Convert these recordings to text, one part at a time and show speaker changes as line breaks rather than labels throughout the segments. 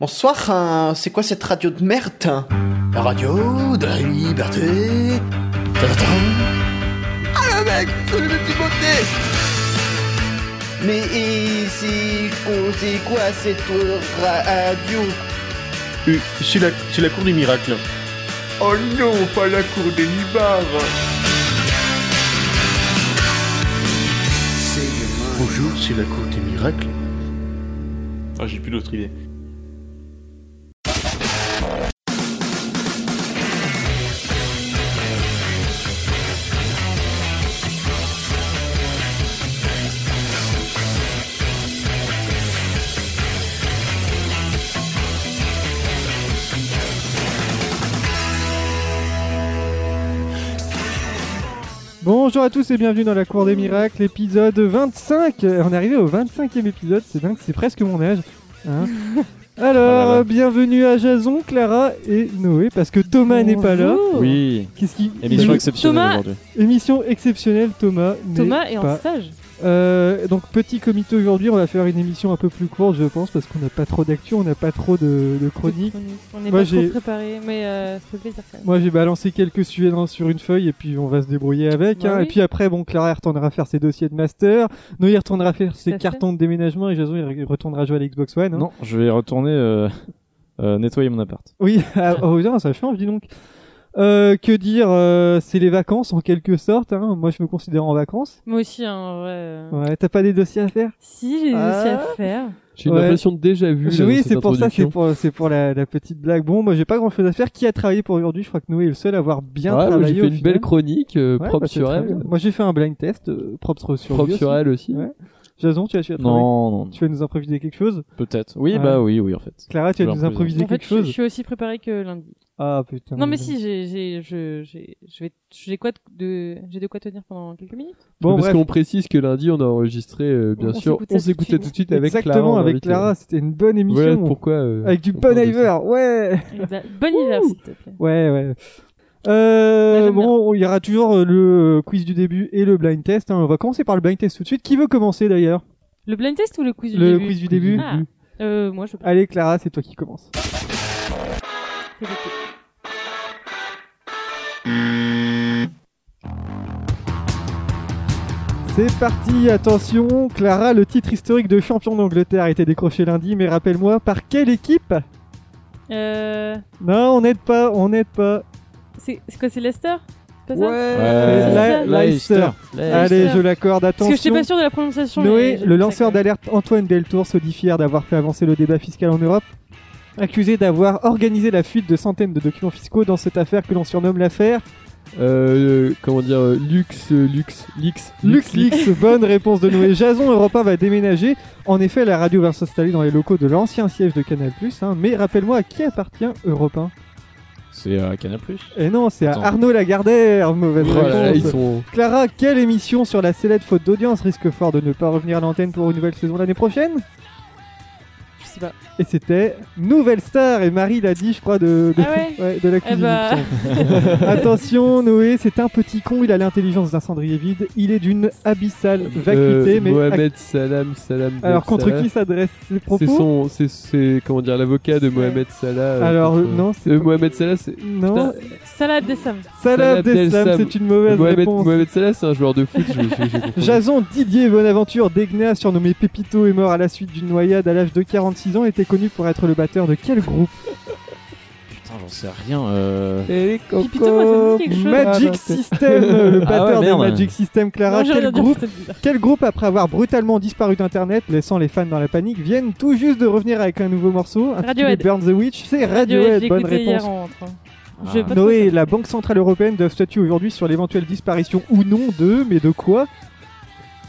Bonsoir, hein, c'est quoi cette radio de merde hein La radio de la liberté. Ah le mec, c'est le petit beauté Mais et c'est quoi, c'est quoi cette radio
Euh, C'est la, c'est la cour des miracles.
Oh non, pas la cour des libards
Bonjour, c'est la cour des miracles. Ah, j'ai plus d'autre idée.
Bonjour à tous et bienvenue dans la Cour des Miracles, épisode 25. Euh, On est arrivé au 25e épisode, c'est dingue, c'est presque mon âge. hein. Alors,
Oh là là.
euh, bienvenue à Jason, Clara et Noé, parce que Thomas n'est pas là.
Oui,
Qu'est-ce qui...
émission
Salut.
exceptionnelle
Thomas-
aujourd'hui.
Émission exceptionnelle, Thomas. n'est
Thomas est en
pas.
stage.
Euh, donc, petit comité aujourd'hui, on va faire une émission un peu plus courte, je pense, parce qu'on n'a pas trop d'actu, on n'a pas trop de, de chroniques.
On n'est
Moi,
pas
j'ai-
trop préparé, mais euh, ça fait plaisir quand même.
Moi, j'ai balancé quelques sujets dans- sur une feuille et puis on va se débrouiller avec.
Bah
hein.
oui.
Et puis après, bon, Clara elle retournera faire ses dossiers de master, Noé retournera faire ses
à fait.
cartons de déménagement et Jason il re- retournera jouer à l'Xbox One. hein.
Non, je vais retourner euh, euh, nettoyer mon appart.
Oui, ah, oh, putain, ça change, dis donc. Euh, que dire euh, C'est les vacances en quelque sorte. hein. Moi, je me considère en vacances.
Moi aussi, hein, en vrai. euh,
Ouais, t'as pas des dossiers à faire
Si, j'ai des
Ah.
dossiers à faire.
J'ai une
Ouais.
impression de déjà vu. là,
Oui,
dans
c'est
cette
pour ça, c'est
introduction.
pour, c'est pour la, la petite blague. Bon, moi, j'ai pas grand chose à faire. Qui a travaillé pour aujourd'hui Je crois que Noé est le seul à avoir bien
Ouais, moi,
travaillé.
j'ai
au
fait une
final.
belle chronique, euh,
Ouais,
propre
bah, c'est
sur
très
elle.
bien. Moi, j'ai fait un blind test, euh, propre sur
propre
lui
sur
aussi.
elle aussi.
Ouais. Jason, tu as, tu as travaillé
Non, non,
Tu vas nous improviser quelque chose
peut-être. Oui,
Ouais.
bah oui, oui, en fait.
Clara, tu
Je
vas
vais
nous
improviser.
improviser
En fait,
quelque
je, je
chose
suis aussi préparé que lundi.
Ah putain.
Non, mais si, j'ai, j'ai, je, j'ai, je vais, j'ai quoi de, j'ai de quoi tenir pendant quelques minutes.
Bon,
Parce
bref.
qu'on précise que lundi, on a enregistré, euh, bien
On s'écoutait
sûr, on
tout de
s'écoutait
suite.
tout de suite avec Clara.
Exactement,
on
avec
invite,
Clara, c'était une bonne
euh,
émission.
Voilà pourquoi. euh,
Avec du
on parle de
Bonheimer, ouais
Eh ben, bon hiver, s'il te plaît.
Ouais, ouais. Euh,
Moi, Bah, j'aime
bon, il y aura toujours euh, le euh, quiz du début et le blind test. hein. On va commencer par le blind test tout de suite. Qui veut commencer d'ailleurs
Le blind test ou le quiz du
Le
début
quiz du début.
Ah, euh, moi, je peux
Allez, Clara, c'est toi qui commence.
pas beaucoup.
C'est parti, attention. Clara, le titre historique de champion d'Angleterre a été décroché lundi, mais rappelle-moi, par quelle équipe
Euh,
Non, on n'aide pas, on n'aide pas.
c'est, c'est quoi, c'est Lester C'est pas
Ouais,
ça
c'est la-
Ouais.
Leicester. Allez, je l'accorde,
Euh, Parce
attention.
que je suis pas sûr de la prononciation.
Noé,
mais j'ai
le
vu ça
lanceur
quand même.
d'alerte Antoine Deltour se dit fier d'avoir fait avancer le débat fiscal en Europe, accusé d'avoir organisé la fuite de centaines de documents fiscaux dans cette affaire que l'on surnomme l'affaire
Euh, euh, comment dire, euh, Lux, euh, Lux, Lix.
LuxLeaks. Bonne réponse de Noé. Jason Europa va déménager. En effet, la radio va s'installer dans les locaux de l'ancien siège de Canal+. hein. mais rappelle-moi, à qui appartient Europe 1
C'est euh, Canal+.
Eh non, c'est à
Attends.
Arnaud Lagardère. Mauvaise
Voilà,
réponse.
ils sont.
Clara, quelle émission sur la célèbre faute d'audience risque fort de ne pas revenir à l'antenne pour une nouvelle saison l'année prochaine
Je sais pas.
Et c'était Nouvelle Star et Marie l'a dit, je crois, de, de,
Ah ouais
ouais, de la
Eh
cuisine.
bah,
Attention, Noé, c'est un petit con, il a l'intelligence d'un cendrier vide, il est d'une abyssale vacuité,
euh,
mais...
Mohamed Salam, Salam.
Alors, contre
Salah.
qui s'adresse ses propos
C'est son, c'est, c'est, comment dire, l'avocat de
Ouais.
Mohamed Salah. euh,
Alors,
contre-
non, c'est...
Euh,
pas-
Mohamed Salah, c'est.
Non,
Salade des Sam.
Salah
Salah Abdeslam,
Abdeslam, c'est une mauvaise
Mohamed,
réponse.
Mohamed Salah, c'est un joueur de foot. Je me suis, j'ai confondu.
Jason Didier Bonaventure Degna, surnommé Pépito, est mort à la suite d'une noyade à l'âge de 46 ans, était connu pour être le batteur de quel groupe
Putain, j'en sais rien. Euh...
Eh,
Pipito, moi, ça me dit quelque chose.
Magic System, le
Ah
batteur
ouais,
de
merde.
Magic System, Clara,
Non, j'ai
quel
rien à dire,
groupe
je te le dis.
Quel groupe, après avoir brutalement disparu d'Internet, laissant les fans dans la panique, viennent tout juste de revenir avec un nouveau morceau intitulé
Radiohead.
Burn the Witch C'est
Radiohead,
Radiohead,
j'ai
bonne
écouté hier
réponse.
en rentrant.
Ah.
Je vais pas trop
Noé et
savoir.
la Banque Centrale Européenne doivent statuer aujourd'hui sur l'éventuelle disparition ou non de, mais de quoi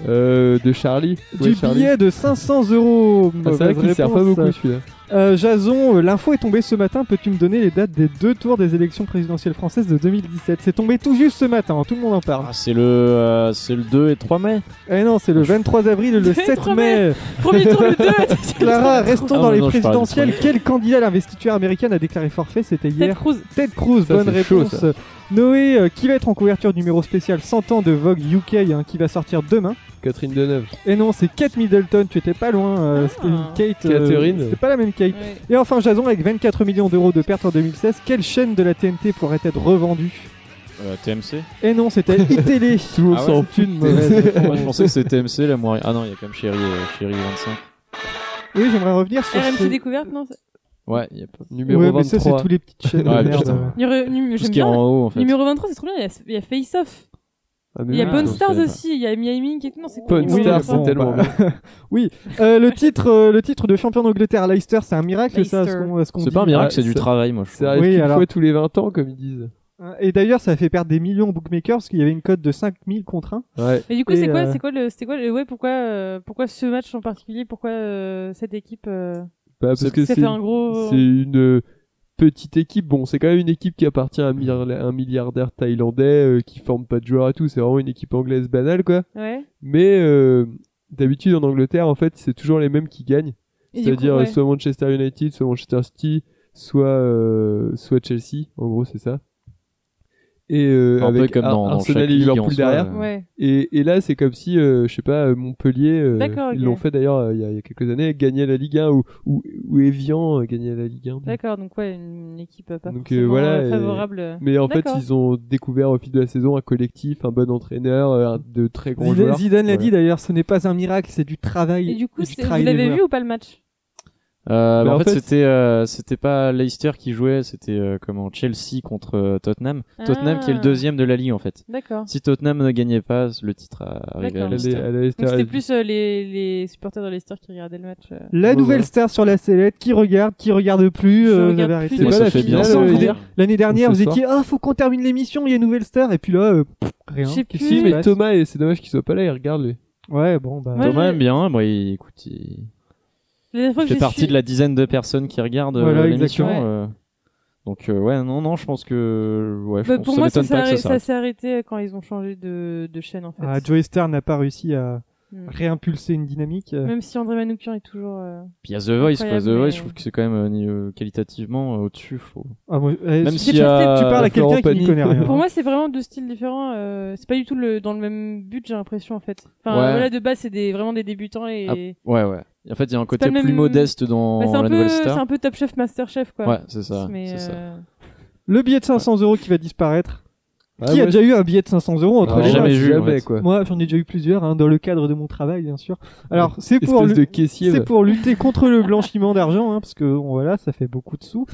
Euh, de Charlie. Ouais,
Du
Charlie.
billet de 500 euros.
Ah, c'est vrai
Mauvaise
qu'il sert pas
Bah, réponse.
beaucoup celui-là.
Euh, Jason, euh, l'info est tombée ce matin. Peux-tu me donner les dates des deux tours des élections présidentielles françaises de 2017 C'est tombé tout juste ce matin, hein, tout le monde en parle.
Ah, c'est le, euh, c'est le 2 et 3 mai.
Eh non,
Ah,
c'est le 23 avril et le
Le
7
23
mai.
Premier tour, le 2
Clara, restons
Ah,
dans les
non, je parlais de
présidentielles. Quel candidat à l'investiture américaine a déclaré forfait C'était
Ted
hier.
Cruz.
Ted Cruz,
Ça,
bonne
c'est chaud,
réponse.
ça.
Noé, euh, qui va être en couverture numéro spécial 100 ans de Vogue UK, hein, qui va sortir demain.
Catherine Deneuve.
Et non, c'est Kate Middleton, tu étais pas loin. euh, C'était une
Ah.
Kate. euh,
Catherine.
C'était pas la même Kate.
Ouais.
Et enfin, Jason, avec 24 millions d'euros de pertes en 2016, quelle chaîne de la TNT pourrait être revendue
Euh, TMC
Et non, c'était iTélé.
Toujours
Ah ouais
sans
C'est une mauvaise réponse.
Moi je pensais que c'était TMC la moire. Ah non, il y a quand même Chérie, euh, Chérie 25.
Oui, j'aimerais revenir sur.
RMC
ce-
Découverte, non c'est-
Ouais, il y a pas.
numéro Ah,
Ouais, mais ça,
23.
c'est tous les petites chaînes. de
Ouais,
merde.
putain.
Numéro- num-
Tout ce
J'aime
qui est
bien.
en haut en fait.
Numéro 23, c'est trop bien. Il y a- il y a Face Off.
Ah, mais
Il y a
oui,
Bone
je
Stars
sais pas.
aussi. Il y a Miami Heat. Non, c'est quoi
Pawn
le numéro
Stars,
23?
c'est tellement
bah, oui, Euh, le titre, euh, le titre de champion d'Angleterre à Leicester, c'est un miracle, ça, à ce
Leicester.
qu'on, à ce qu'on
C'est
dit.
pas un miracle,
Ouais,
c'est du
Ah,
ça-
travail moi je
Ça
trouve.
arrive
Oui,
qu'une
alors.
fois tous les 20 ans, comme ils disent.
Et d'ailleurs, ça a fait perdre des millions aux bookmakers parce qu'il y avait une cote de 5000 contre 1.
Ouais.
Mais du coup,
Et,
c'est quoi,
euh,
c'est quoi le, c'était quoi le, ouais, pourquoi, euh, pourquoi ce match en particulier, pourquoi euh, cette équipe euh,
Bah, parce
C'est-
que
ça
c'est
fait un gros.
c'est une euh, petite équipe. Bon, c'est quand même une équipe qui appartient à un milliarda- un milliardaire thaïlandais euh, qui forme pas de joueurs et tout. C'est vraiment une équipe anglaise banale, quoi.
Ouais.
Mais euh, d'habitude en Angleterre, en fait, c'est toujours les mêmes qui
Et
gagnent.
du coup,
C'est-à-dire euh,
ouais.
soit Manchester United, soit Manchester City, soit euh, soit Chelsea. En gros, c'est ça. Et euh,
Un peu
avec
comme
Ar-
dans- dans
Arsenal
chaque
et
ligue en
Liverpool
soi,
derrière.
euh,
Ouais.
Et, et là, c'est comme si, euh, je sais pas, euh, Montpellier, euh,
D'accord,
ils
ok.
l'ont fait d'ailleurs euh, il y, a- il y a quelques années, gagnait la Ligue 1 ou, ou, ou Evian euh, gagnait la Ligue 1.
D'accord, donc ouais, une équipe pas
Donc, euh,
forcément,
voilà,
euh,
et-
favorable. euh.
Mais en fait,
D'accord.
ils ont découvert au fil de la saison un collectif, un bon entraîneur, euh, un- de très grands
Zidane,
joueurs.
Zidane l'a
Voilà.
dit d'ailleurs, ce n'est pas un miracle, c'est du travail.
Et du coup,
du
c'est- vous
travail des
l'avez
joueurs.
vu ou pas le match
Euh,
Mais
bah,
en
en fait,
fait,
c'était euh, c'était pas Leicester qui jouait, c'était euh, comment Chelsea contre euh, Tottenham. Tottenham qui est le
Ah.
deuxième de la ligue en fait.
D'accord.
Si Tottenham ne gagnait pas, le titre a- arrivait à
D'accord.
Elle est-
Leicester.
elle est-
Donc c'était
elle-
plus euh, les, les supporters de Leicester qui regardaient le match. euh.
La
Bon,
nouvelle
voilà.
star sur la sellette, qui regarde, qui regarde plus,
Je
euh,
regarde
j'avais
plus
arrêté.
les
Moi,
Voilà,
ça fait
puis
bien
là,
ça.
euh,
hein.
dire,
L'année dernière,
Ce
vous
soir.
étiez, ah, faut qu'on termine l'émission, il y a une nouvelle star, et puis là, euh, pff, rien.
Je sais
Qu'est-ce
plus.
qui
Si,
se
mais
passe
Thomas, et c'est dommage qu'il soit pas là, il regarde lui.
Ouais, bon, bah.
Moi,
Thomas
je-
aime bien, bon, il, écoute, il
La dernière fois que
fait
j'ai
partie
su-
de la dizaine de personnes qui regardent euh,
Voilà,
l'émission.
exactement.
euh, donc euh, ouais, non, non, je pense que ouais, je
Bah,
pense,
pour
ça
moi, ça,
m'étonne
s'est
pas que ça
arrêté- ça
s'arrête.
s'est arrêté euh, quand ils ont changé de, de chaîne en fait.
Ah, Joey Star n'a pas réussi à
Hmm.
réimpulser une dynamique. euh.
Même si André Manoukian est toujours. euh,
Puis il y a The Voice, quoi. The
Incroyable,
Voice,
mais-
je trouve que c'est quand même euh, niveau- qualitativement euh, au-dessus. je trouve.
Ah, moi, euh,
Même
si
si
tu
euh,
parles à
Florent
quelqu'un qui n'y
Pagny.
connaît rien.
Pour moi, c'est vraiment deux styles différents. euh, c'est pas du tout le, dans le même but, j'ai l'impression en fait. Enfin,
Ouais.
voilà, de base, c'est des, vraiment des débutants et.
Ah, Ouais, ouais. En fait, il y a un côté
pas le
plus
même-
modeste dans
Bah, c'est
Ah, la
un peu,
nouvelle
c'est
star.
un peu Top Chef, Master Chef quoi.
Ouais, c'est ça.
Mais,
c'est ça.
euh,
Le billet de 500 euros qui va disparaître.
Ah,
Qui a
moi,
déjà eu un billet de 500 euros
je-
entre
Non,
les mains
jamais vu, en
jamais
fait.
quoi.
Moi, j'en ai déjà eu plusieurs, hein, dans le cadre de mon travail, bien sûr. Alors, c'est pour,
Espèce
lu-
de caissier.
c'est
bah.
pour lutter contre le blanchiment d'argent, hein, parce que bon, voilà, ça fait beaucoup de sous.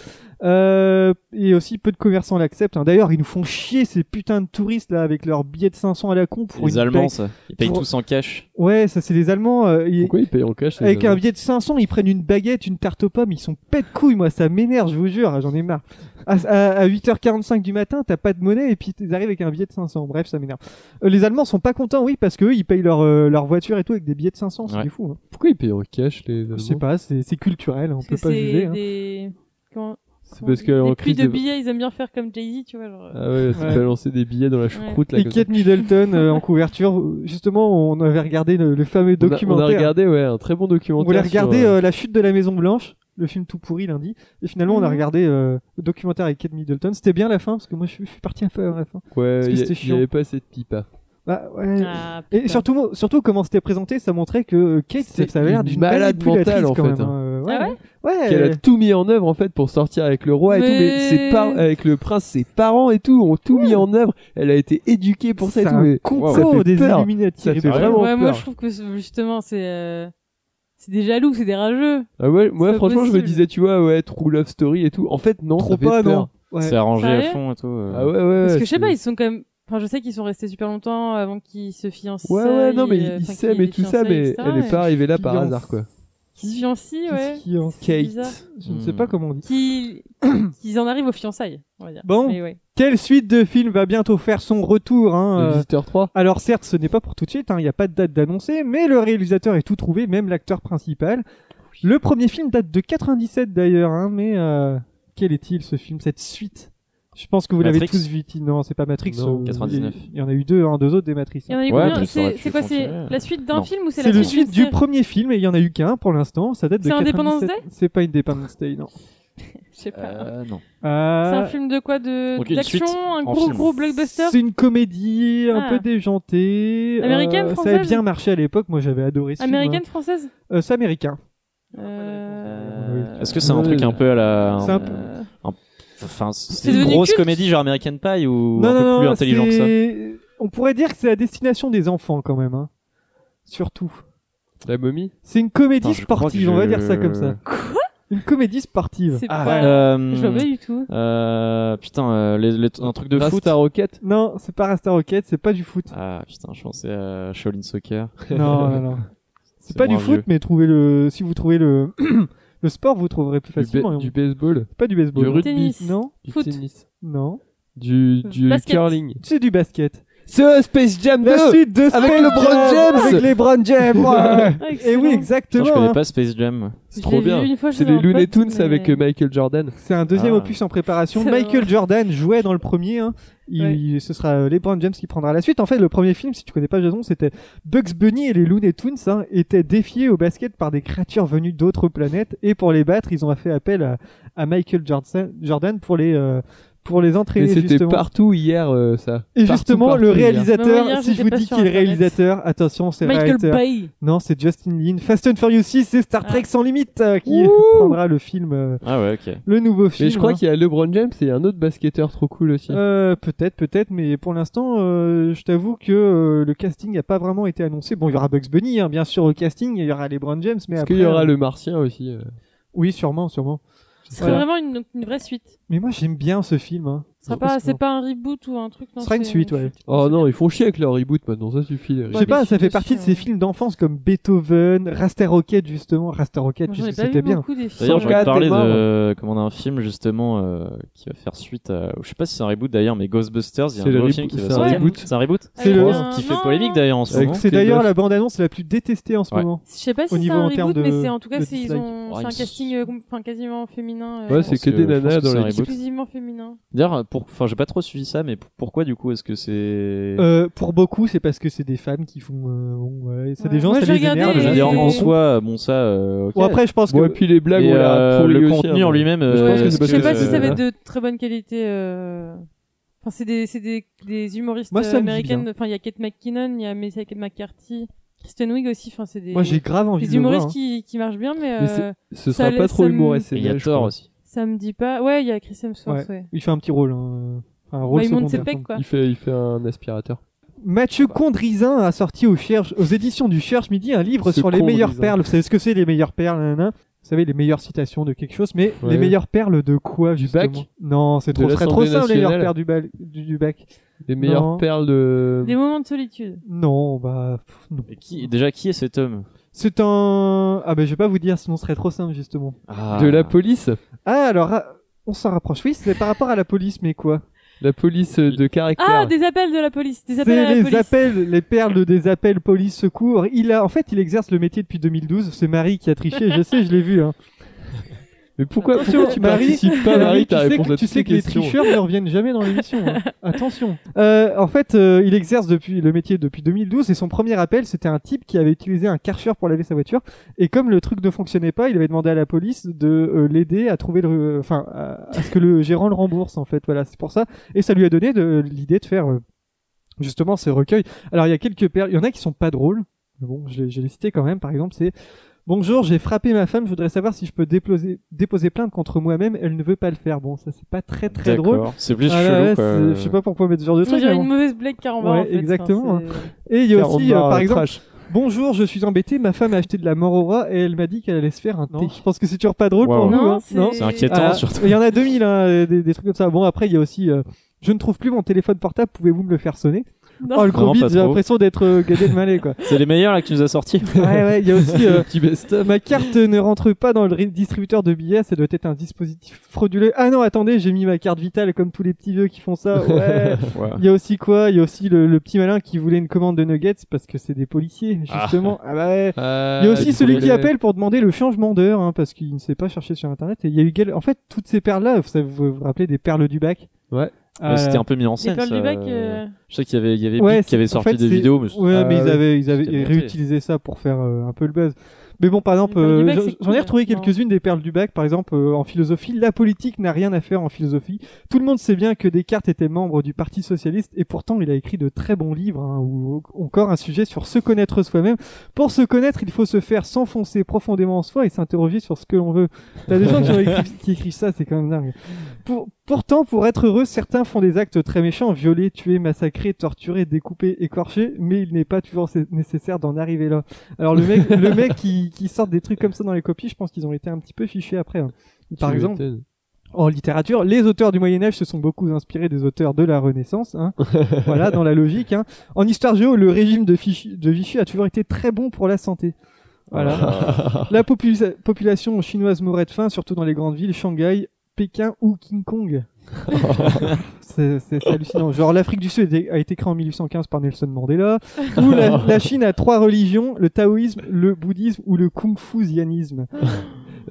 Euh, et aussi, peu de commerçants l'acceptent. hein. D'ailleurs, ils nous font chier ces putains de touristes là avec leurs billets de 500 à la con pour
Les
une
Allemands,
paye-
ça. Ils payent
pour-
tous en cash.
Ouais, ça c'est les Allemands. euh, ils-
Pourquoi il paye en cash
Avec
les
euh,
un
gens
billet de 500, ils prennent une baguette, une tarte aux pommes, ils sont pète couilles, moi, ça m'énerve, je vous jure, hein, j'en ai marre. À, à- à 8h45 du matin, t'as pas de monnaie et puis ils arrivent avec un billet de 500. Bref, ça m'énerve. Euh, les Allemands sont pas contents, oui, parce que eux, ils payent leur, euh, leur voiture et tout avec des billets de 500, c'est
Ouais.
du fou. hein.
Pourquoi il paye en cash les Allemands
Je sais pas, c'est c'est culturel, on
parce
peut
que
pas
Ah c'est
juger. hein.
des. Comment...
C'est parce
euh,
qu'en
Les
crise
prix de
de-
billets, ils aiment bien faire comme Jay-Z, tu vois. Genre... euh,
Ah ouais, c'est
Ouais.
balancer des billets dans la choucroute là.
Et
comme ça.
Kate Middleton euh, en couverture, euh, justement, on avait regardé le, le fameux
On a- On a,
documentaire.
regardé ouais, un très bon
On
documentaire.
voulait
sur,
regarder
euh,
euh, La chute de la Maison Blanche, le film tout pourri lundi, et finalement on a
Mhm.
regardé euh, le documentaire avec Kate Middleton. C'était bien la fin, parce que moi je suis je suis parti un peu à la fin.
ouais,
euh, parce que
il y a-
c'était
il y
chiant.
avait pas assez de pipa.
Bah, ouais.
ah,
Et
putain.
surtout, surtout comment c'était présenté, ça montrait que euh, Kate, ça,
C'est
ça avait l'air
une
d'une
malade
manipulatrice
mentale, en
quand
fait,
même,
hein.
euh,
Ah
ouais, ouais.
Qu'elle a tout mis en œuvre en fait pour sortir avec le roi et tout, mais
Mais-
ses par- avec le prince, ses parents et tout ont tout mis en œuvre. Elle a été éduquée pour ça et
C'est
tout.
un
mais-
complot
ça fait
des
peur.
Illuminati.
Ça fait
Ah ouais.
vraiment
Ouais, moi
peur.
je trouve que c'est- justement, c'est. euh, C'est des jaloux, c'est des rageux.
Ah ouais, moi
pas
franchement je me
possible.
disais tu vois ouais True Love Story et tout. En fait non,
Trop
ça fait
pas,
peur.
non. Ouais.
C'est arrangé à
Sérieux
fond et tout. euh.
Ah ouais ouais.
Parce
ouais,
que je sais
c'est-
pas, ils sont quand même. Enfin, je sais qu'ils sont restés super longtemps avant qu'ils se fiancent. euh,
Ouais ouais non mais ils- ils s'aiment et tout ça mais elle est pas arrivée là par
Fiancé.
hasard quoi.
Qui se fiancent, ouais.
Qu'est-ce qu'il y a en-
C'est bizarre.
Kate.
Je ne sais pas comment on dit.
Qui... Qu'ils en arrivent aux fiançailles, on va dire.
Bon.
Mais ouais.
Quelle suite de film va bientôt faire son retour hein,
Le
euh,
Visiteur 3.
Alors certes, ce n'est pas pour tout de suite, hein, il n'y a pas de date d'annoncer, mais le réalisateur est tout trouvé, même l'acteur principal. Le premier film date de 97 d'ailleurs, hein, mais euh, quel est-il ce film, cette suite Je pense que vous l'avez
Matrix
tous vu. Non, c'est pas Matrix.
Non,
euh,
99.
Il y en a eu deux, hein, deux autres des Matrices.
Il y en a eu
Ouais,
combien
mais ça aurait
C'est
pu
c'est quoi C'est
continuer.
la suite d'un
Non.
film ou c'est
C'est
la
le
suite
suite
d'une
du
série
premier film et il y en a eu qu'un pour l'instant. Ça date de
C'est Independence
97. C'est pas Independence Day, non.
Je sais pas.
Euh, non.
C'est
Euh,
un film de quoi de
donc une
d'action,
suite
un
en
gros
film.
gros blockbuster.
C'est une comédie un
Ah.
peu déjantée. euh,
Américaine,
Ça a
française
bien marché à l'époque. Moi, j'avais adoré ce film. hein.
hein.
Américaine, française.
Euh, C'est américain.
Euh,
Est-ce que c'est un
Ouais,
truc un peu à la.
c'est un
euh,
peu-
un- Enfin, c'est
C'est
une
devenu
grosse
culte.
comédie genre American Pie ou
non,
un peu
non,
plus
non,
intelligent que ça
c'est- On pourrait dire que c'est la destination des enfants quand même. hein. Surtout.
La momie
C'est une comédie
Attends, je crois
sportive.
que
On va
je-
dire ça comme ça. Une comédie sportive.
C'est
Ah,
pas.
euh,
Je vois pas du tout.
euh, Putain, euh, les- les- un truc de foot.
Rasta Rocket
Non, c'est pas Rasta Rocket. C'est pas du foot.
Ah putain, je pensais à Shaolin Soccer.
non, non, non. C'est pas du
moins
foot,
vieux.
mais trouvez le. Si vous trouvez le le sport, vous trouverez plus
du, ba-
facilement.
du baseball
C'est pas du baseball.
du rugby
Tennis.
Non,
du
Foot.
tennis
non.
du, du
Basket.
curling
C'est du basket.
c'est Space Jam
La suite de
Avec
Space
LeBron
Jam,
James.
Avec LeBron James. ouais.
Ah,
Et
excellent.
Eh oui,
Putain,
exactement.
je
hein.
connais pas Space Jam.
c'est
Je
trop
l'ai vu
bien
une fois,
c'est
chez
les
un pote,
Looney Tunes
mais-
avec euh, Michael Jordan
C'est un deuxième
Ah.
opus en préparation.
C'est
Michael
vrai.
Jordan jouait dans le premier. hein. Il, Ce sera euh, LeBron James qui prendra la suite. En fait, le premier film, si tu connais pas Jason, c'était Bugs Bunny et les Looney Tunes hein, étaient défiés au basket par des créatures venues d'autres planètes. Et pour les battre, ils ont fait appel à, à Michael Jordan, Jordan pour les euh, pour les
mais
entraîner
c'était
justement.
partout hier euh, ça
Et
Partout,
justement,
partout
le
hier.
réalisateur,
Non, hier,
si je
j'étais
vous
pas
dis
sur
qu'il est
Internet.
réalisateur, attention, c'est
Michael
réalisateur.
Bay.
Non, c'est Justin Lin. Fast and Furious 6 c'est Star
Ah.
Trek sans limite euh, qui prendra le film, euh,
Ah ouais, ok.
le nouveau film.
mais je crois
hein.
qu'il y a LeBron James et un autre basketteur trop cool aussi
Euh, peut-être, peut-être, mais pour l'instant, euh, je t'avoue que euh, le casting n'a pas vraiment été annoncé. Bon, il y aura Bugs Bunny, hein, bien sûr, au casting, il y aura LeBron James, mais
est-ce
après.
qu'il y aura
euh,
le martien aussi euh
Oui, sûrement, sûrement.
Ce
Voilà.
serait vraiment une, donc une vraie suite.
Mais moi, j'aime bien ce film. Hein.
Ce sera
Je
pas,
pense
c'est
que-
pas un reboot ou un truc. non,
Ce sera une
c'est-
suite, ouais.
oh non ils font chier avec leur reboot maintenant ça suffit les
Je
Ouais,
sais pas,
mais
ça
si,
fait
bien
partie de
sûr.
ces films d'enfance comme Beethoven, Raster Rocket, justement. Raster Rocket,
Moi, J'en ai
puisque
pas
c'était
vu
bien.
beaucoup des films.
D'ailleurs, j'aurais
104
parlé
est mort.
de comment d'un film justement euh, qui va faire suite à. Je sais pas si c'est un reboot d'ailleurs, mais Ghostbusters, il y a
C'est
un
le
gros
reboot-
film qui va
c'est un
sortir.
reboot.
C'est un reboot
C'est le-
Avec un-
Qui fait
non,
polémique d'ailleurs en ce
Avec
moment.
Euh, C'est
les
d'ailleurs
meufs.
la bande-annonce la plus détestée en ce
Ouais.
moment.
Je sais pas
au
si c'est
niveau
un
en termes
reboot, mais
de-
c'est en tout cas,
de
c'est, ils
dislike.
ont,
Ouais,
c'est un
ils-
casting euh, com- enfin, quasiment féminin. euh,
Oh, ouais c'est
pense
que
que-
des
je pense
nanas
que c'est
dans
un
les
reboot.
exclusivement féminin.
D'ailleurs, pour... enfin, j'ai pas trop suivi ça, mais pour- pourquoi du coup est-ce que c'est.
Euh, pour beaucoup, c'est parce que c'est des femmes qui font. euh, bon, ouais, c'est
Ouais.
des gens,
Moi,
ça
j'ai
les
regardé euh,
énerve.
Je veux
et-
dire,
et-
en soi, bon, ça. euh, ok.
Bon, après, je pense que.
ouais puis les blagues
Mais,
ont l'air
euh,
pourries
le
aussi,
contenu
hein,
en
mais-
lui-même.
je pense
euh,
que
je
c'est parce
sais
que-
pas si ça va
euh,
être de très bonne qualité. euh, Enfin, c'est des, c'est des, des humoristes
Moi, ça me dit
américaines.
bien.
Enfin, il y a Kate McKinnon, il y a Mesa McCarthy, Kristen Wiig aussi. Enfin, c'est des,
Moi, j'ai grave envie
des
de le voir.
humoristes
hein.
qui, qui marchent bien, mais,
Mais c'est-
euh,
ce
Ça
sera
allait-
pas trop
ça me-
humour
Et il y a Thor aussi.
ça me dit pas. Ouais, il y a Chris Hemsworth. Ouais.
Il fait un petit rôle. hein. Enfin, un rôle
Bah, il monte ses
secondaire.
pecs, quoi.
il fait il fait un aspirateur
Mathieu Condrizin a sorti aux, Cherche- aux éditions du Cherche Midi un livre
Ce
sur les
Condrizin.
meilleures perles. Vous savez ce que c'est les meilleures perles nanana Vous savez les meilleures citations de quelque chose, mais
Ouais.
les meilleures perles de quoi justement
bac
Non, c'est
De
trop, ce serait trop
l'Assemblée
simple les meilleures
nationale
perles du, bal- du- du bac.
les meilleures
Non.
perles de
Euh,
Des moments de solitude.
Non, bah pff, non.
Et qui, déjà, qui est cet homme
C'est un. Ah bah je vais pas vous dire, sinon ce serait trop simple justement.
Ah.
de la police
Ah alors ah, on s'en rapproche. Oui, c'est par rapport à la police, mais quoi
la police de caractère
Ah, des appels de la police. Des appels à la
C'est les
police.
appels, les perles des appels police secours. Il a, en fait, il exerce le métier depuis 2012. C'est Marie qui a triché. je sais, je l'ai vu. Hein.
mais pourquoi,
Attention,
pourquoi tu
Marie,
participes pas Marie
tu
ta
sais
réponse
que,
à
tu
toutes
sais
ces
que les
questions
tricheurs ne reviennent jamais dans l'émission. hein. Attention. Euh, en fait, euh, il exerce depuis le métier depuis 2012 et son premier appel, c'était un type qui avait utilisé un karcher pour laver sa voiture. Et comme le truc ne fonctionnait pas, il avait demandé à la police de euh, l'aider à trouver le, euh, enfin, à, à ce que le gérant le rembourse en fait. Voilà, c'est pour ça. Et ça lui a donné de- l'idée de faire euh, justement ces recueils. Alors il y a quelques perles, il y en a qui sont pas drôles. Mais bon, je, les- je les citais quand même. Par exemple, c'est Bonjour, j'ai frappé ma femme, je voudrais savoir si je peux déposer, déposer plainte contre moi-même, elle ne veut pas le faire. Bon, ça c'est pas très très
D'accord.
drôle.
C'est plus
Ah là,
chelou,
ouais,
quoi.
c'est- je sais pas pourquoi mettre ce genre de
On
truc.
dirait
mais
une
bon.
mauvaise blague carambar.
Ouais,
en fait. Enfin,
exactement. hein.
c'est-
Et il y a
Car on
aussi, euh,
barre
par
le
exemple,
trash.
Bonjour, je suis embêtée, ma femme a acheté de la morora et elle m'a dit qu'elle allait se faire un thé. Je pense que c'est toujours pas drôle pour
Waouh.
nous.
Non,
hein.
c'est-
C'est inquiétant,
Ah,
surtout.
Il y en a 2000, hein, euh, des, des trucs comme ça. Bon, après, il y a aussi euh, Je ne trouve plus mon téléphone portable, pouvez-vous me le faire sonner
Non.
Oh, le gros
Non,
bide,
pas
j'ai
trop.
l'impression d'être euh, Gad Elmaleh, quoi.
C'est les meilleurs là que tu nous as sortis.
Ouais, ouais, il y a aussi euh,
petit best
Ma carte ne rentre pas dans le ri- distributeur de billets, ça doit être un dispositif frauduleux. Ah non, attendez, j'ai mis ma carte vitale comme tous les petits vieux qui font ça. Ouais.
Ouais.
Il y a aussi quoi Il y a aussi le, le petit malin qui voulait une commande de nuggets parce que c'est des policiers, justement. Ah, bah ouais. Il y a aussi celui qui appelle pour demander le changement d'heure hein, parce qu'il ne sait pas chercher sur internet. Et il y a eu quel- en fait toutes ces perles là, vous savez- vous vous rappelez des perles du bac
Ouais.
Ah,
Ouais, C'était un peu mis en
Les
scène.
perles
ça.
du bac. euh,
Je sais qu'il y avait, il y avait
Ouais,
Bic qui avait
c'est- en
sorti
fait,
des
c'est-
vidéos, mais
Ouais, mais
Ah
ils
ouais,
avaient, ils avaient
c'était monté.
réutilisé ça pour faire euh, un peu le buzz. Mais bon, par exemple,
perles du
euh,
bac,
j'en-
c'est
j'en ai
cool, hein.
retrouvé
non.
quelques-unes des perles du bac, par exemple euh, en philosophie. La politique n'a rien à faire en philosophie. Tout le monde sait bien que Descartes était membre du Parti socialiste et pourtant il a écrit de très bons livres, hein, ou ou encore un sujet sur se connaître soi-même. Pour se connaître, il faut se faire s'enfoncer profondément en soi et s'interroger sur ce que l'on veut. T'as des gens qui, ont écrit- qui écrivent ça, c'est quand même dingue. Pour- pourtant, pour être heureux, certains font des actes très méchants, violer, tuer, massacrer, torturer, découper, écorcher, mais il n'est pas toujours sé- nécessaire d'en arriver là. Alors le mec, le mec qui, qui sort des trucs comme ça dans les copies, je pense qu'ils ont été un petit peu fichés après. hein. Par
Tu
exemple,
m'étonnes.
en littérature, les auteurs du Moyen Âge se sont beaucoup inspirés des auteurs de la Renaissance, hein. voilà, dans la logique. hein. En histoire géo, le régime de, Fichi- de Vichy a toujours été très bon pour la santé. Voilà. la popula- population chinoise mourait de faim, surtout dans les grandes villes, Shanghai, Pékin ou King Kong. c'est c'est- c'est hallucinant. Genre l'Afrique du Sud a été créée en 1815 par Nelson Mandela. Ou la, la Chine a trois religions, le taoïsme, le bouddhisme ou le kung-fusianisme.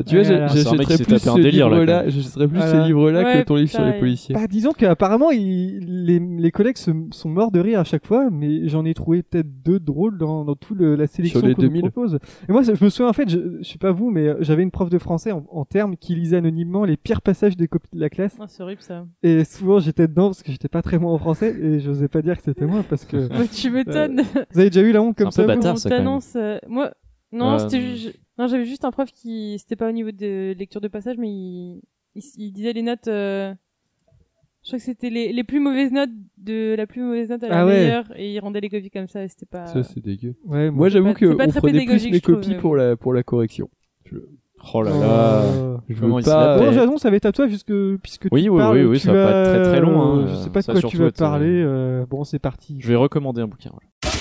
Tu vois,
Ah là là.
j'a-
C'est un mec qui
j'achèterais
s'est
plus
tapé un
ce
délire, là, quand
livre-là, j'achèterais plus
Voilà.
ce livre-là
Ouais,
que ton livre sur les
pareil.
policiers.
Bah, disons qu'apparemment, il- les, les collègues se- sont morts de rire à chaque fois, mais j'en ai trouvé peut-être deux drôles dans, dans toute la sélection
Sur les
qu'on nous
2000.
propose. Et moi, ça- je me souviens, en fait, je, je sais pas vous, mais euh, j'avais une prof de français en, en termes qui lisait anonymement les pires passages des copies de la classe.
Ah, c'est horrible ça.
Et souvent, j'étais dedans parce que j'étais pas très bon en français et j'osais pas dire que c'était moi parce que
Bah, tu m'étonnes.
vous avez déjà eu la honte comme
C'est Euh, un
ça.
peu
vous
bâtard,
On
ça, quand même.
t'annonce, euh, moi, non,
Euh,
c'était juste- non, j'avais juste un prof qui, c'était pas au niveau de lecture de passage, mais il, il, il disait les notes. euh, Je crois que c'était les, les plus mauvaises notes de la plus mauvaise note à la
Ah ouais.
meilleure, et il rendait les copies comme ça. et C'était pas.
Ça, c'est dégueu.
Ouais,
Moi, j'avoue
pas-
que
c'est pas
on
très
prenait plus
pédagogique,
mes
je trouve,
copies
mais
pour la, pour la correction.
Oh là là.
Euh,
Je
Comment
veux
il se la
pas...
Bon,
Ah, Ouais.
Ah, Jason, ça va être à toi puisque, puisque
Oui,
tu
oui,
parles,
oui, oui,
tu
ça va pas
vas-
être très, très long, hein.
Je sais pas de
Ça
quoi
surtout
tu vas
être, euh,
parler. euh, Bon, c'est parti.
Je vais recommander un bouquin. voilà.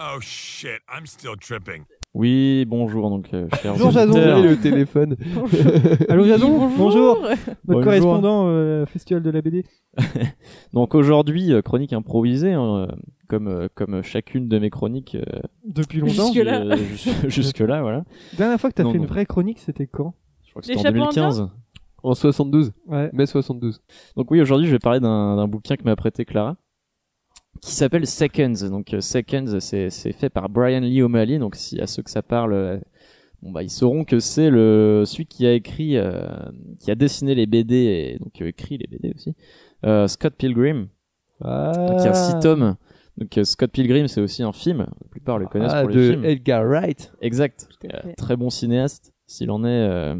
Oh shit, I'm still tripping.
Oui, bonjour donc euh, chers
Bonjour, Jason.
auditeurs.
Et le téléphone.
Allô, Jason.
Bonjour.
Notre
Bonjour.
correspondant euh, festival de la BD.
Donc aujourd'hui, euh, chronique improvisée, hein, euh, comme, euh, comme chacune de mes chroniques euh,
Depuis longtemps.
longtemps. Jusque- Jusque-là.
euh, jus- Jusque-là, voilà.
Dernière fois que t'as
Non,
fait
non.
une vraie chronique, c'était quand
Je crois que
Les
c'était en
chapeaux
2015.
En 72.
Ouais.
Mai 72.
Donc oui, aujourd'hui, je vais parler d'un d'un bouquin que m'a prêté Clara, qui s'appelle Seconds. Donc euh, Seconds, c'est c'est fait par Brian Lee O'Malley. Donc si à ceux que ça parle, euh, bon bah ils sauront que c'est le celui qui a écrit, euh, qui a dessiné les BD et donc qui a écrit les BD aussi, euh, Scott Pilgrim.
Ah.
Donc il y a six tomes. Donc euh, Scott Pilgrim, c'est aussi un film. La plupart le connaissent
Ah,
pour les
de
films.
Edgar Wright.
Exact.
Tout à fait.
Euh, Très bon cinéaste, s'il en est. euh,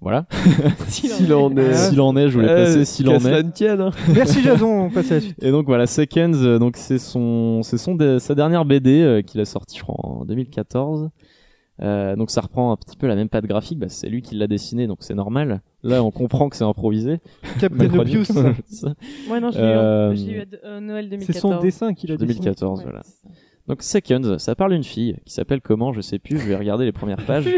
Voilà.
S'il en est.
Ah.
S'il en est, je voulais passer
Eh,
s'il en
qu'à cela
est.
ne tienne, hein.
Merci Jason, on passe à la suite.
Et donc voilà, Seconds, euh, donc c'est son, c'est son de- sa dernière BD euh, qu'il a sortie, je crois, en 2014. Euh, donc ça reprend un petit peu la même patte graphique. Bah, c'est lui qui l'a dessiné, donc c'est normal. Là, on comprend que c'est improvisé. Ma
Captain
chronique.
Obvious.
Ça.
Moi non, je l'ai eu,
Euh,
en- je l'ai eu à de- euh, Noël 2014.
C'est son dessin qu'il a dessiné.
2014,
Ouais.
voilà. Donc Seconds, ça parle d'une fille qui s'appelle comment Je sais plus. Ah, Je vais regarder les premières pages.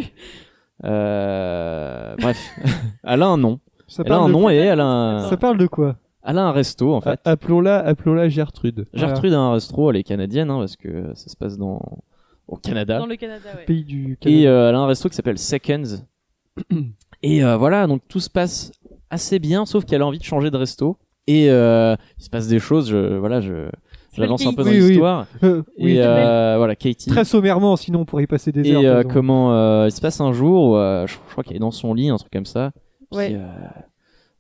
Euh, bref, elle a un nom.
Ça
elle a un
de...
nom et elle a
nom.
hein.
un,
Ça parle Ah. de quoi
elle a un resto en fait.
A- Appelons-la, appelons-la Gertrude.
Gertrude a un resto, elle est canadienne hein, parce que ça se passe dans au Canada.
Dans le Canada, ouais.
Pays du
Et
Canada.
euh, elle a un resto qui s'appelle Seconds. et euh, voilà, donc tout se passe assez bien, sauf qu'elle a envie de changer de resto. Et euh, il se passe des choses. Je, voilà, je, je la lance un peu dans
Oui, oui.
l'histoire.
Euh, oui,
Et euh, voilà, Katie.
Très sommairement, sinon on pourrait y passer des heures.
Et euh,
Jason.
comment euh, il se passe un jour où euh, je, je crois qu'elle est dans son lit, un truc comme ça. Puis,
Ouais.
euh,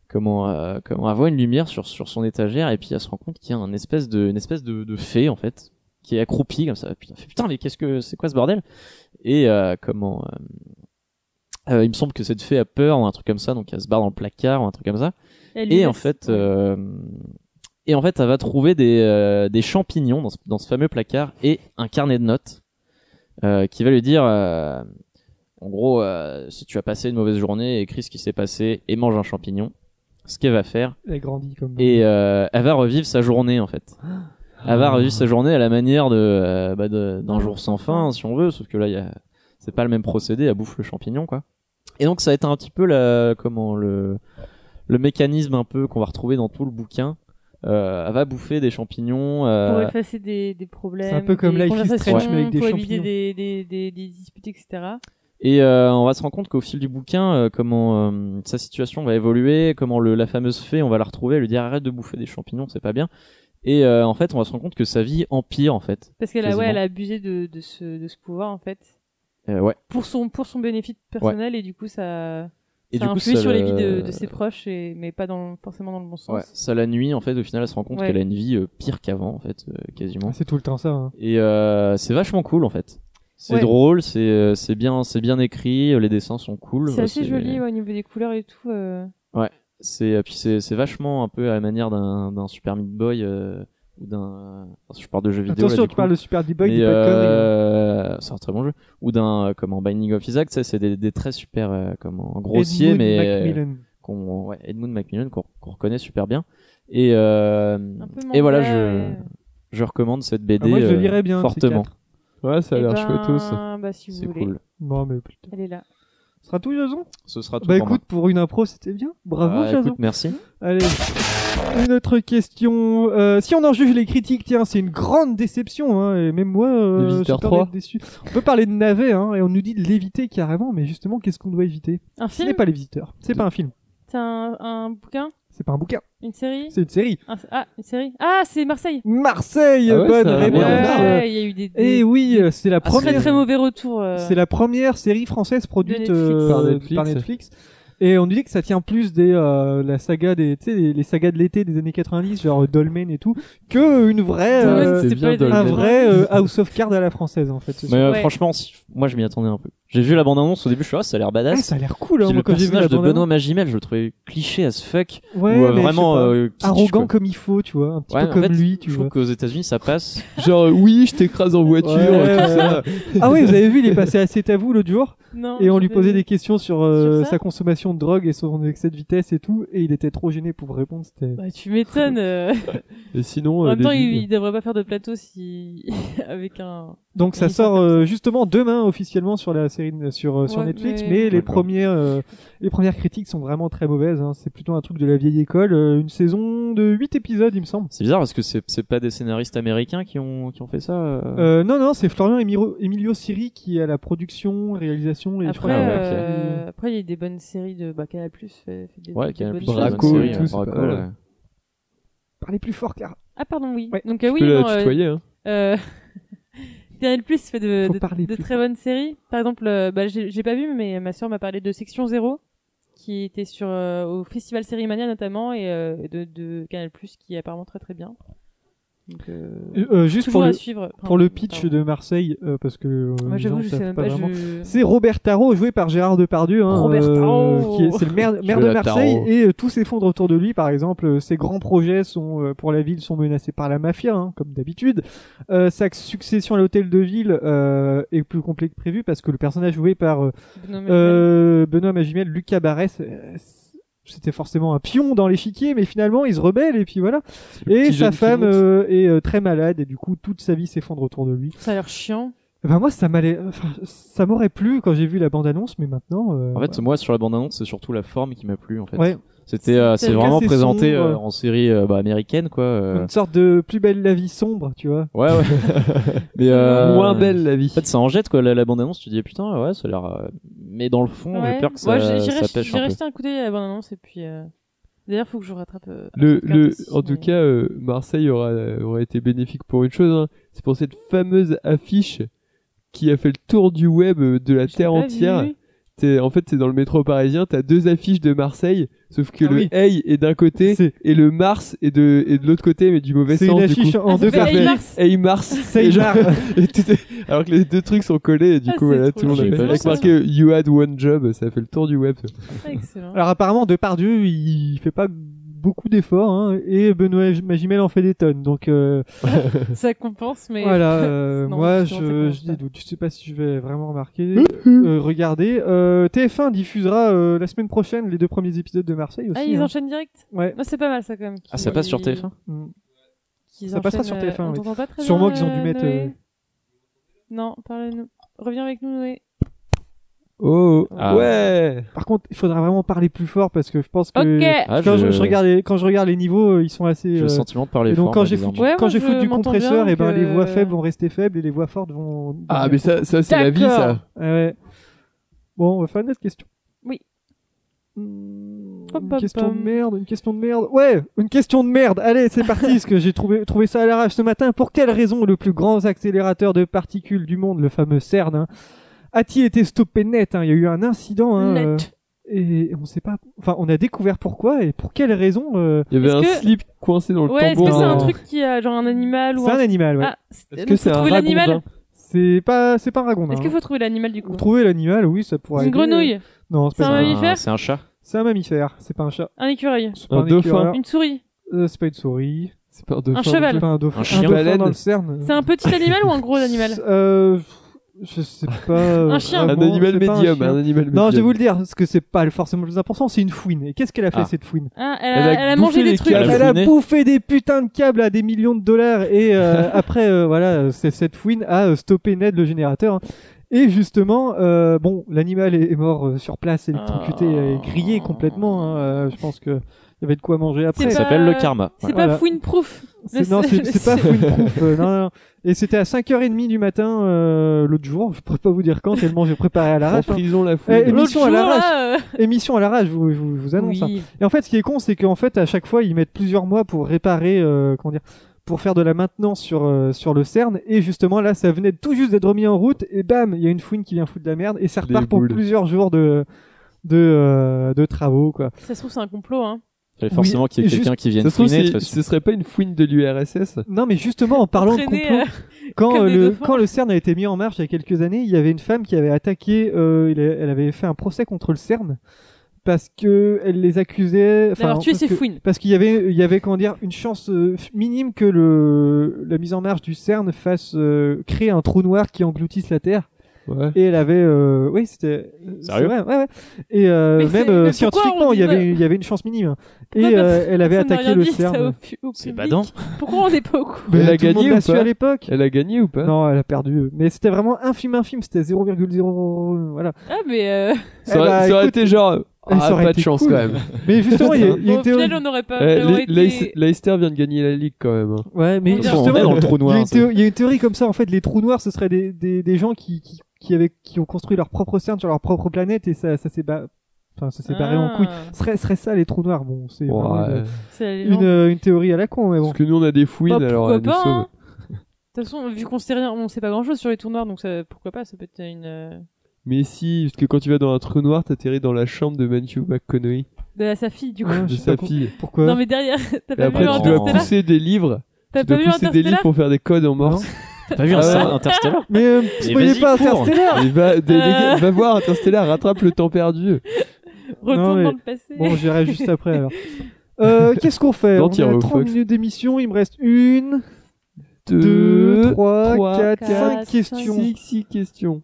comment euh, comment elle voit une lumière sur sur son étagère et puis elle se rend compte qu'il y a un espèce de une espèce de, de fée en fait qui est accroupie comme ça. Putain, fait, putain mais qu'est-ce que c'est quoi ce bordel Et euh, comment euh, euh, il me semble que cette fée a peur ou un truc comme ça, donc elle se barre dans le placard ou un truc comme ça.
Elle lui
Et en
laisse-
fait, euh, et en fait, elle va trouver des, euh, des champignons dans ce, dans ce fameux placard et un carnet de notes euh, qui va lui dire, euh, en gros, euh, si tu as passé une mauvaise journée, écris ce qui s'est passé et mange un champignon. Ce qu'elle va faire
euh,
Elle grandit comme.
et euh, elle va revivre sa journée en fait. Elle va revivre sa journée à la manière de euh, bah, de- d'un jour sans fin si on veut, sauf que là il y a c'est pas le même procédé, elle bouffe le champignon quoi. Et donc ça va être un petit peu la comment le le mécanisme un peu qu'on va retrouver dans tout le bouquin. euh, va bouffer des champignons. euh,
Pour effacer des, des problèmes.
C'est un peu comme
des
Life is Strange,
conversations,
mais avec des
Pour
champignons.
éviter des, des, des, des disputes, etc.
Et euh, on va se rendre compte qu'au fil du bouquin, euh, comment euh, sa situation va évoluer, comment le, la fameuse fée, on va la retrouver, lui dire arrête de bouffer des champignons, c'est pas bien. Et euh, en fait, on va se rendre compte que sa vie empire en fait.
Parce qu'elle a,
Quasiment.
ouais, elle a abusé de, de, ce, de ce pouvoir, en fait.
Euh, ouais.
Pour son, pour son bénéfice personnel, et du coup, ça,
Et du
ça
coup,
influe
ça
sur les
le-
vies de, de ses proches, et, mais pas dans, forcément dans le bon sens.
Ouais, ça la nuit en fait. Au final, elle se rend compte
Ouais.
qu'elle a une vie euh, pire qu'avant en fait, euh, quasiment.
C'est tout le temps ça. hein.
Et euh, c'est vachement cool en fait. C'est
Ouais.
drôle, c'est euh, c'est bien, c'est bien écrit, euh, les dessins sont cool. bah,
C'est assez joli ouais, au niveau des couleurs et tout. euh.
C'est puis c'est c'est vachement un peu à la manière d'un d'un Super Meat Boy euh, ou d'un. enfin, je parle de jeux vidéo.
Attention,
là, du
tu
coup.
parles de Super D-Boy,
Mais,
dis pas de conneries.
euh, c'est un très bon jeu. Ou d'un, euh, comment, Binding of Isaac, ça, c'est des, des traits super, euh, comment, grossiers,
Edmund
mais euh,
Macmillan.
qu'on, ouais, Edmund Macmillan qu'on, qu'on reconnaît super bien. Et, euh,
Un peu
et voilà,
manga,
je,
ouais.
je recommande cette BD
Ah, moi, je le
euh,
lirais bien, un de ces
fortement.
quatre.
Ouais, ça a
Eh
l'air
ben,
chouette aussi.
Bah, si vous
C'est
voulez.
cool.
Non, mais putain.
Elle est là.
Ce sera tout, Jason
Ce sera tout
Bah
pour moi.
écoute, pour une impro, c'était bien. Bravo,
Ah,
Jason.
écoute, merci.
Allez. Une autre question. Euh, si on en juge les critiques, tiens, c'est une grande déception. Hein, et même moi,
Les
euh,
Visiteurs
j'ai peur d'être
3.
déçu. On peut parler de navet, hein, et on nous dit de l'éviter carrément. Mais justement, qu'est-ce qu'on doit éviter
Un
Ce n'est
film
pas les visiteurs. C'est pas un film.
C'est un, un bouquin
C'est pas un bouquin.
Une série
C'est une série.
Un- Ah, une série Ah, c'est Marseille
Marseille.
Ah ouais,
bonne
c'est un
réponse.
merde.
Euh,
Ouais, il y a eu des, des
Et oui, euh, c'est la
Ah, très
première.
très mauvais retours. euh.
C'est la première série française produite
Netflix.
euh,
Par Netflix.
par Netflix. Et on nous dit que ça tient plus des euh, la saga des tu sais les, les sagas de l'été des années 90 genre Dolmen et tout que une vraie
Dolmen,
euh,
c'est
c'est
pas
bien
des-
Dolmen.
un
Dolmen.
vrai euh, House of Cards à la française en fait.
Mais euh,
Ouais.
franchement, si- moi, je m'y attendais un peu. J'ai vu la bande-annonce au début, je suis, ah, ça a l'air
Ah,
badass.
ça a l'air cool hein,
Puis
moi,
le
quand j'ai vu la
personnage de
bande-annonce.
Benoît Magimel, je le trouvais cliché as fuck.
Ouais,
ou euh,
mais je sais
vraiment
pas,
euh, kitsch,
arrogant
quoi.
comme il faut, tu vois, un petit
Ouais,
peu
en
comme
fait,
lui, tu
je
vois.
trouve qu'aux États-Unis ça passe.
Genre, euh, oui, je t'écrase en voiture,
Ouais,
euh, tout
ouais,
ça.
Ah oui, vous avez vu, il est passé assez à vous l'autre jour
Non,
et on lui
je-
posait des questions sur, euh,
Sur ça
sa consommation de drogue et son excès de vitesse et tout et il était trop gêné pour répondre, c'était
Bah, tu m'étonnes. euh.
Et sinon,
en
euh,
même
les
temps, il,
vinyles.
il devrait pas faire de plateau si. avec un.
Donc ça
Il
sort
sort comme
euh, justement demain officiellement sur la série sur euh, sur
Ouais,
Netflix, mais,
mais-
les
D'accord.
premières euh, les premières critiques sont vraiment très mauvaises. hein. C'est plutôt un truc de la vieille école, euh, une saison de 8 épisodes, il me semble.
C'est bizarre parce que c'est c'est pas des scénaristes américains qui ont, qui ont fait ça. euh.
Euh, non non, c'est Florian Emiro- Emilio Siri qui est à la production, réalisation et je
Après,
crois que-
ouais,
Ah,
euh, après, il y a des bonnes séries de. Bah, Canal Plus fait, fait des,
Ouais,
des
qui a
bonnes
plus
choses.
la
Braco
bonne série,
et tout,
hein,
c'est pas
Braco,
mal.
ouais.
parlez plus fort car
Ah, pardon, oui.
Ouais.
Donc, euh,
tu
oui,
peux la
non, euh,
tutoyer. Hein.
Euh... Canal Plus fait de,
Faut
de-
parler
de
plus
très
fort.
bonnes séries. Par exemple, euh, bah, j'ai j'ai pas vu, mais ma soeur m'a parlé de Section Zéro, qui était sur euh, au Festival Série Mania notamment, et euh, de, de Canal Plus, qui est apparemment très très bien. Donc, euh,
Euh, euh, juste
toujours
pour
à
le
suivre. Enfin,
pour le pitch
pardon.
de Marseille euh, parce que euh,
Moi,
les
j'avoue,
gens
je sais
savent
même
pas
pas.
vraiment.
je-
C'est Robert Tarot joué par Gérard Depardieu. Hein,
Robert
euh,
Tarot.
qui est- C'est le maire, maire de
Gérard
Marseille
Tarot.
et euh, tout s'effondre autour de lui. Par exemple, Euh, ses grands projets sont euh, pour la ville sont menacés par la mafia, hein, comme d'habitude. Euh, sa succession à l'hôtel de ville euh, est plus complet que prévu parce que le personnage joué par euh,
Benoît Magimel.
euh, Benoît Magimel, Lucas Barès, euh, c'était forcément un pion dans l'échiquier, mais finalement il se rebelle et puis voilà.
Le
Et
petit
sa
jeune qui
femme
monte.
euh, est euh, très malade et du coup toute sa vie s'effondre autour de lui.
Ça a l'air chiant.
Ben moi ça m'allait, enfin, ça m'aurait plu quand j'ai vu la bande annonce, mais maintenant. euh,
En fait, moi sur la bande annonce, c'est surtout la forme qui m'a plu. En fait,
ouais.
c'était euh,
C'est
c'est vraiment
assez
présenté
sombre.
euh, en série euh, bah, américaine quoi. euh.
une sorte de plus belle la vie sombre, tu vois.
Ouais ouais. Mais euh,
Moins belle la vie.
En fait, ça en jette quoi la, la bande annonce. Tu dis putain ouais, ça a l'air. euh, Mais dans le fond, j'ai
Ouais.
peur que ça,
Moi, j'ai- j'irai
ça pêche
j'irai
un peu.
jeter un coup d'œil à la bande-annonce, et puis. euh, D'ailleurs, faut que je rattrape. euh,
Le,
Oscar
le,
aussi,
en tout
mais-
cas, euh, Marseille aura, euh, aura été bénéfique pour une chose, hein. c'est pour cette fameuse affiche qui a fait le tour du web euh, de la
Je l'ai
terre
pas
entière.
vu.
T'es- en fait, c'est dans le métro parisien, t'as deux affiches de Marseille, sauf que
Ah
le
oui.
Hey est d'un côté
C'est-
et le Mars est de, est de l'autre côté, mais du mauvais
C'est une
sens. du
affiche
coup.
en
Ah,
deux
c'est
Ça
Hey
parties.
fait
Mars.
Hey Mars,
C'est
et
genre-
genre- et tout est- alors que les deux trucs sont collés et du
Ah,
coup
c'est
voilà
trop
tout le monde
cool. J'ai
a fait
pas vu
avec
ça.
marqué You had one job ça a fait le tour du web ça.
Ah, Excellent.
Alors apparemment, Depardieu, il fait pas beaucoup d'efforts hein, et Benoît Magimel en fait des tonnes. Donc euh,
Ça compense, mais.
voilà, euh,
Non,
moi
justement, ça
je,
commence
je des
pas.
doutes. Je sais pas si je vais vraiment remarquer. euh, regardez, euh, TF1 diffusera euh, la semaine prochaine les deux premiers épisodes de Marseille aussi.
Ah, ils
hein.
enchaînent direct
Ouais.
Moi, c'est pas mal ça quand même.
Ah ça passe sur
qu'ils-
TF1.
Mm.
qu'ils
Ça passera sur
enchaînent,
TF1,
euh, on
oui.
t'entend pas très
Sûrement
bien,
qu'ils ont dû
euh,
mettre,
Noé.
euh,
Non, parle-nous. Reviens avec nous, Noé.
Oh
Ah.
ouais.
Par contre, il faudra vraiment parler plus fort parce que je pense que
Ok.
Ah,
quand je, je regarde les, quand je regarde les niveaux, euh, ils sont assez.
J'ai
euh,
le sentiment de parler
et donc
fort,
quand
moi,
j'ai
bizarrement.
foutu,
Ouais, moi,
quand j'ai
je
foutu du
m'entends
compresseur,
bien,
et ben
donc,
les voix
euh,
faibles vont rester faibles et les voix fortes vont.
Ah
vont-
mais ça, ça c'est la vie
D'accord.
ça.
Ah ouais. Bon, on va faire une autre question.
Oui.
Hmm,
Hop,
Une
hop,
question de
hop.
merde, une question de merde. Ouais, une question de merde. Allez, c'est parti, parce que j'ai trouvé, trouvé ça à l'arrache ce matin. Pour quelle raison le plus grand accélérateur de particules du monde, le fameux CERN, hein, a-t-il été stoppé net hein Il y a eu un incident. hein, euh,
Net.
et on sait pas. Enfin, on a découvert pourquoi et pour quelle raison. euh,
Il y avait
Est-ce
un
que-
slip coincé dans le
Ouais, est-ce
tambour.
que c'est un
hein.
truc qui a genre un animal ou
C'est un animal, ouais.
Ah, c'est-
Est-ce
donc
que
faut
c'est un
trouver
ragondin
l'animal
C'est pas, c'est pas un ragondin.
Est-ce qu'il faut trouver l'animal du coup
hein. trouver l'animal Oui, ça pourrait.
C'est une
aider.
grenouille,
Non, c'est
C'est
pas.
un
une grenouille.
mammifère
C'est un chat.
C'est un mammifère. C'est pas un chat.
un écureuil,
C'est pas
Un dauphin.
écureuil.
une souris.
Euh, c'est pas une souris.
C'est pas un dauphin.
cheval.
C'est pas un dauphin.
Un chien.
dauphin
Baleine.
dans le CERN.
C'est un petit animal ou un gros animal
C'est- euh, je sais pas. euh,
Un chien.
Un
vraiment,
animal
c'est pas un
médium,
chien.
un animal médium.
Non, je vais vous le dire, parce que c'est pas forcément le plus important, c'est une fouine. Et qu'est-ce qu'elle a fait
Ah.
cette fouine
Ah, elle, a,
Elle a
elle a
bouffé
mangé
les
des trucs.
câbles. Elle a
Elle a
fouiné.
bouffé des putains de câbles à des millions de dollars et euh, après euh, voilà euh, c'est- cette fouine a euh, stoppé Ned le générateur et justement euh, bon l'animal est est mort euh, sur place électrocuté
Ah.
et grillé complètement hein, euh, je pense que il y avait de quoi manger après
Ça
pas-
s'appelle le karma.
C'est
Voilà.
pas fouine proof.
C'est- non c'est c'est pas fouine proof euh, non, non, non. et c'était à 5h30 du matin euh, l'autre jour je pourrais pas vous dire quand tellement j'ai préparé à
En
l'arrache hein.
prison la
Eh,
fouine.
mais-
Oh, L'autre
Émission
jour
à l'arrache.
là. euh,
émission à l'arrache je vous, je vous- je vous annonce hein.
Oui.
Et en fait, ce qui est con, c'est qu'en fait, à chaque fois, ils mettent plusieurs mois pour réparer, euh, comment dire, pour faire de la maintenance sur, euh, sur le CERN. Et justement, là, ça venait tout juste d'être remis en route. Et bam, il y a une fouine qui vient foutre de la merde. Et ça
Des
repart pour
boules.
plusieurs jours de, de, euh, de travaux, quoi.
Ça se trouve c'est un complot hein.
Il fallait forcément qu'il y ait
et juste-
quelqu'un qui vienne
Ça se trouve,
fouiner de
c'est-
toute façon.
ce serait pas une fouine de l'URSS
Non, mais justement, en parlant de
Traîner,
complot,
euh,
quand,
comme
euh,
des
le,
dauphins.
quand le CERN a été mis en marche il y a quelques années, il y avait une femme qui avait attaqué, euh, il a- elle avait fait un procès contre le CERN parce que elle les accusait. enfin,
D'avoir tué
parce
ses
que-
fouines.
parce qu'il y avait il y avait comment dire une chance euh, minime que le la mise en marche du CERN fasse euh, créer un trou noir qui engloutisse la Terre
Ouais.
et elle avait euh, oui c'était c'est
Sérieux
vrai, ouais, ouais. et euh,
Mais
même
c'est-
euh,
mais pourquoi
scientifiquement
on
il y
dit
avait
de-
il y avait une chance minime et
Pourquoi personne-
euh, elle avait
personne n'a
attaqué
rien
le
dit, ça, au
CERN
pu- au
C'est
public
badant.
Pourquoi on n'est pas au courant
Mais
Elle a
tout le monde
gagné
l'a
ou
su
pas
à l'époque
Elle a gagné ou pas
non elle a perdu mais c'était vraiment infime infime c'était 0,0 voilà
Ah mais euh,
Ça aurait,
Eh bah,
ça aurait
écoute,
été genre.
eh,
Ah,
ça aurait
pas de
été
chance
cool.
quand même.
mais justement il y a, il y a une
bon, au final
théorie Euh,
on n'aurait pas.
Eh,
on aurait
Le- Leic-
été-
Leicester vient de gagner la ligue quand même. hein.
ouais
mais
mais
On dirait-
On est dans le trou
Il y, a
noir.
une théo- il y a une théorie comme ça en fait, les trous noirs ce seraient des, des, des gens qui, qui, qui, avaient, qui ont construit leur propre CERN sur leur propre planète et ça, ça s'est ba- enfin, ça s'est barré en couille.
Ah,
Ce serait, serait ça les trous noirs Bon, c'est vraiment
Ouais.
une,
C'est la
une,
légende.
euh, une théorie à la con, mais bon.
Parce que nous on a des fouines
Bah,
alors
pourquoi
elle nous
pas
sauve.
hein. De toute façon, vu qu'on sait rien, on sait pas grand chose sur les trous noirs, donc ça, pourquoi pas, ça peut être une. euh,
Mais si, parce que quand tu vas dans un trou noir, t'atterris dans la chambre de Matthew McConaughey,
De la- sa fille, du coup.
Ouais,
de
je sais
sa
pas
fille.
Pourquoi
Non, mais derrière, t'as
Et
pas
après
vu
leur
tu dois
Interstellar
pousser des livres.
T'as
Tu
pas
dois
vu
pousser des livres
Interstellar
pour faire des codes en morse.
T'as pas vu
Ah ouais.
ça, Interstellar
Mais euh, spoilez
vas-y,
pas
cours.
Interstellar
Et va, des- des-
Euh.
va voir Interstellar, rattrape le temps perdu.
Non,
Retourne
mais-
dans le passé.
Bon, j'irai juste après alors. Euh, Qu'est-ce qu'on fait
Non,
On
tire
a
au
30
Fox.
minutes d'émission, il me reste une, deux,
Deux,
trois,
Euh, trois,
quatre,
quatre,
cinq
cinq,
questions.
six, six questions.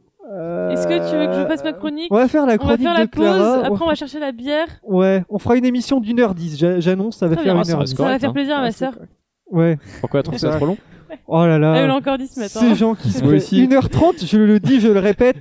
Est-ce que tu veux que je fasse ma
Euh,
chronique
On va faire la
On va
chronique
faire la
de Clara.
pause, après on va chercher la bière.
Ouais, on fera une émission d'une heure dix. j'a- J'annonce, ça va
Très
faire
bien,
une heure
reste
dix.
Ça va
correct,
faire
hein.
plaisir à ma
Ah, c'est
sœur. Ah,
Ouais.
Pourquoi elle trouve ça trop long
Oh là
Elle me l'a
là.
encore dit ce matin. hein.
Ces gens qui se
Moi aussi.
1h30, je le dis, je le répète.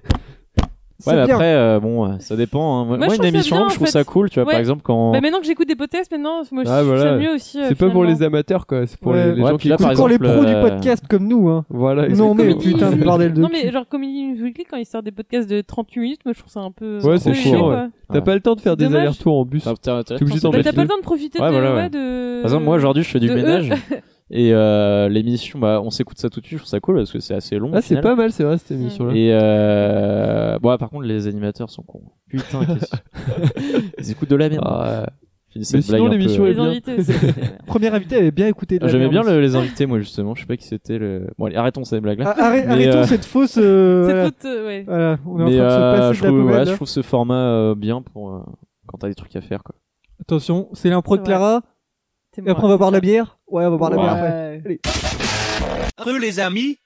Ouais,
C'est
mais
bien.
après, euh, bon, euh, ça dépend. hein. Moi,
Moi,
une
je trouve ça
émission
bien,
longue, je
en
trouve
fait.
ça cool. Tu vois,
Ouais.
par exemple, quand.
Bah maintenant que j'écoute des podcasts, maintenant, moi je
Ah,
je
voilà.
suis mieux aussi. euh,
C'est pas pour
finalement.
les amateurs quoi, c'est pour
Ouais.
les, les
Ouais,
gens
puis
qui
là, par
écoutent.
Pour les
exemple,
pros du
euh,
podcast comme nous, hein.
Voilà,
Non, mais
exactement.
putain de bordel de.
Non mais genre Comedy News Weekly quand ils sortent des podcasts de 38 minutes, moi je trouve ça un peu
Ouais, c'est
un peu
chiant,
léger,
ouais.
quoi.
T'as pas le temps de faire
C'est
des
dommage.
allers-retours en euh, bus.
T'as- t'as- t'as-
T'es obligé d'en
Bah,
mettre
T'as
deux.
pas le temps de profiter
Ouais,
de,
voilà,
ouais,
ouais.
de.
Par exemple, moi aujourd'hui, je fais du
de
ménage et euh, l'émission, bah, on s'écoute ça tout de suite. Je trouve ça cool parce que c'est assez long. au
Ah, c'est
final.
pas mal, c'est vrai, cette émission-là.
Et euh... bon, ah, par contre, les animateurs sont cons. Putain, qu'est-ce que- Ils écoutent de la merde.
Ah, ouais.
J'ai dit
mais
cette blague
sinon,
un peu-
l'émission est-
Les
bien.
invités aussi.
Premier invité avait bien écouté. de
Ah,
la
J'aimais bien
merde.
le- les invités, moi justement. Je sais pas qui c'était. Le... Bon, allez, arrêtons ces blagues-là.
Ah, arrête-
Mais,
arrêtons
euh,
cette fausse. euh,
C'est
voilà.
tout, euh, ouais.
Voilà, on est
Mais
en train
euh,
de se passer
je,
de la
trouve,
poubelle.
ouais, je
là.
trouve ce format euh, bien pour euh, quand t'as des trucs à faire. Quoi.
Attention, c'est l'impro de
C'est vrai.
Clara.
C'est
Et après,
moi.
on va boire de la bière. Ouais, on va boire de la bière
Ouais.
après.
Re les amis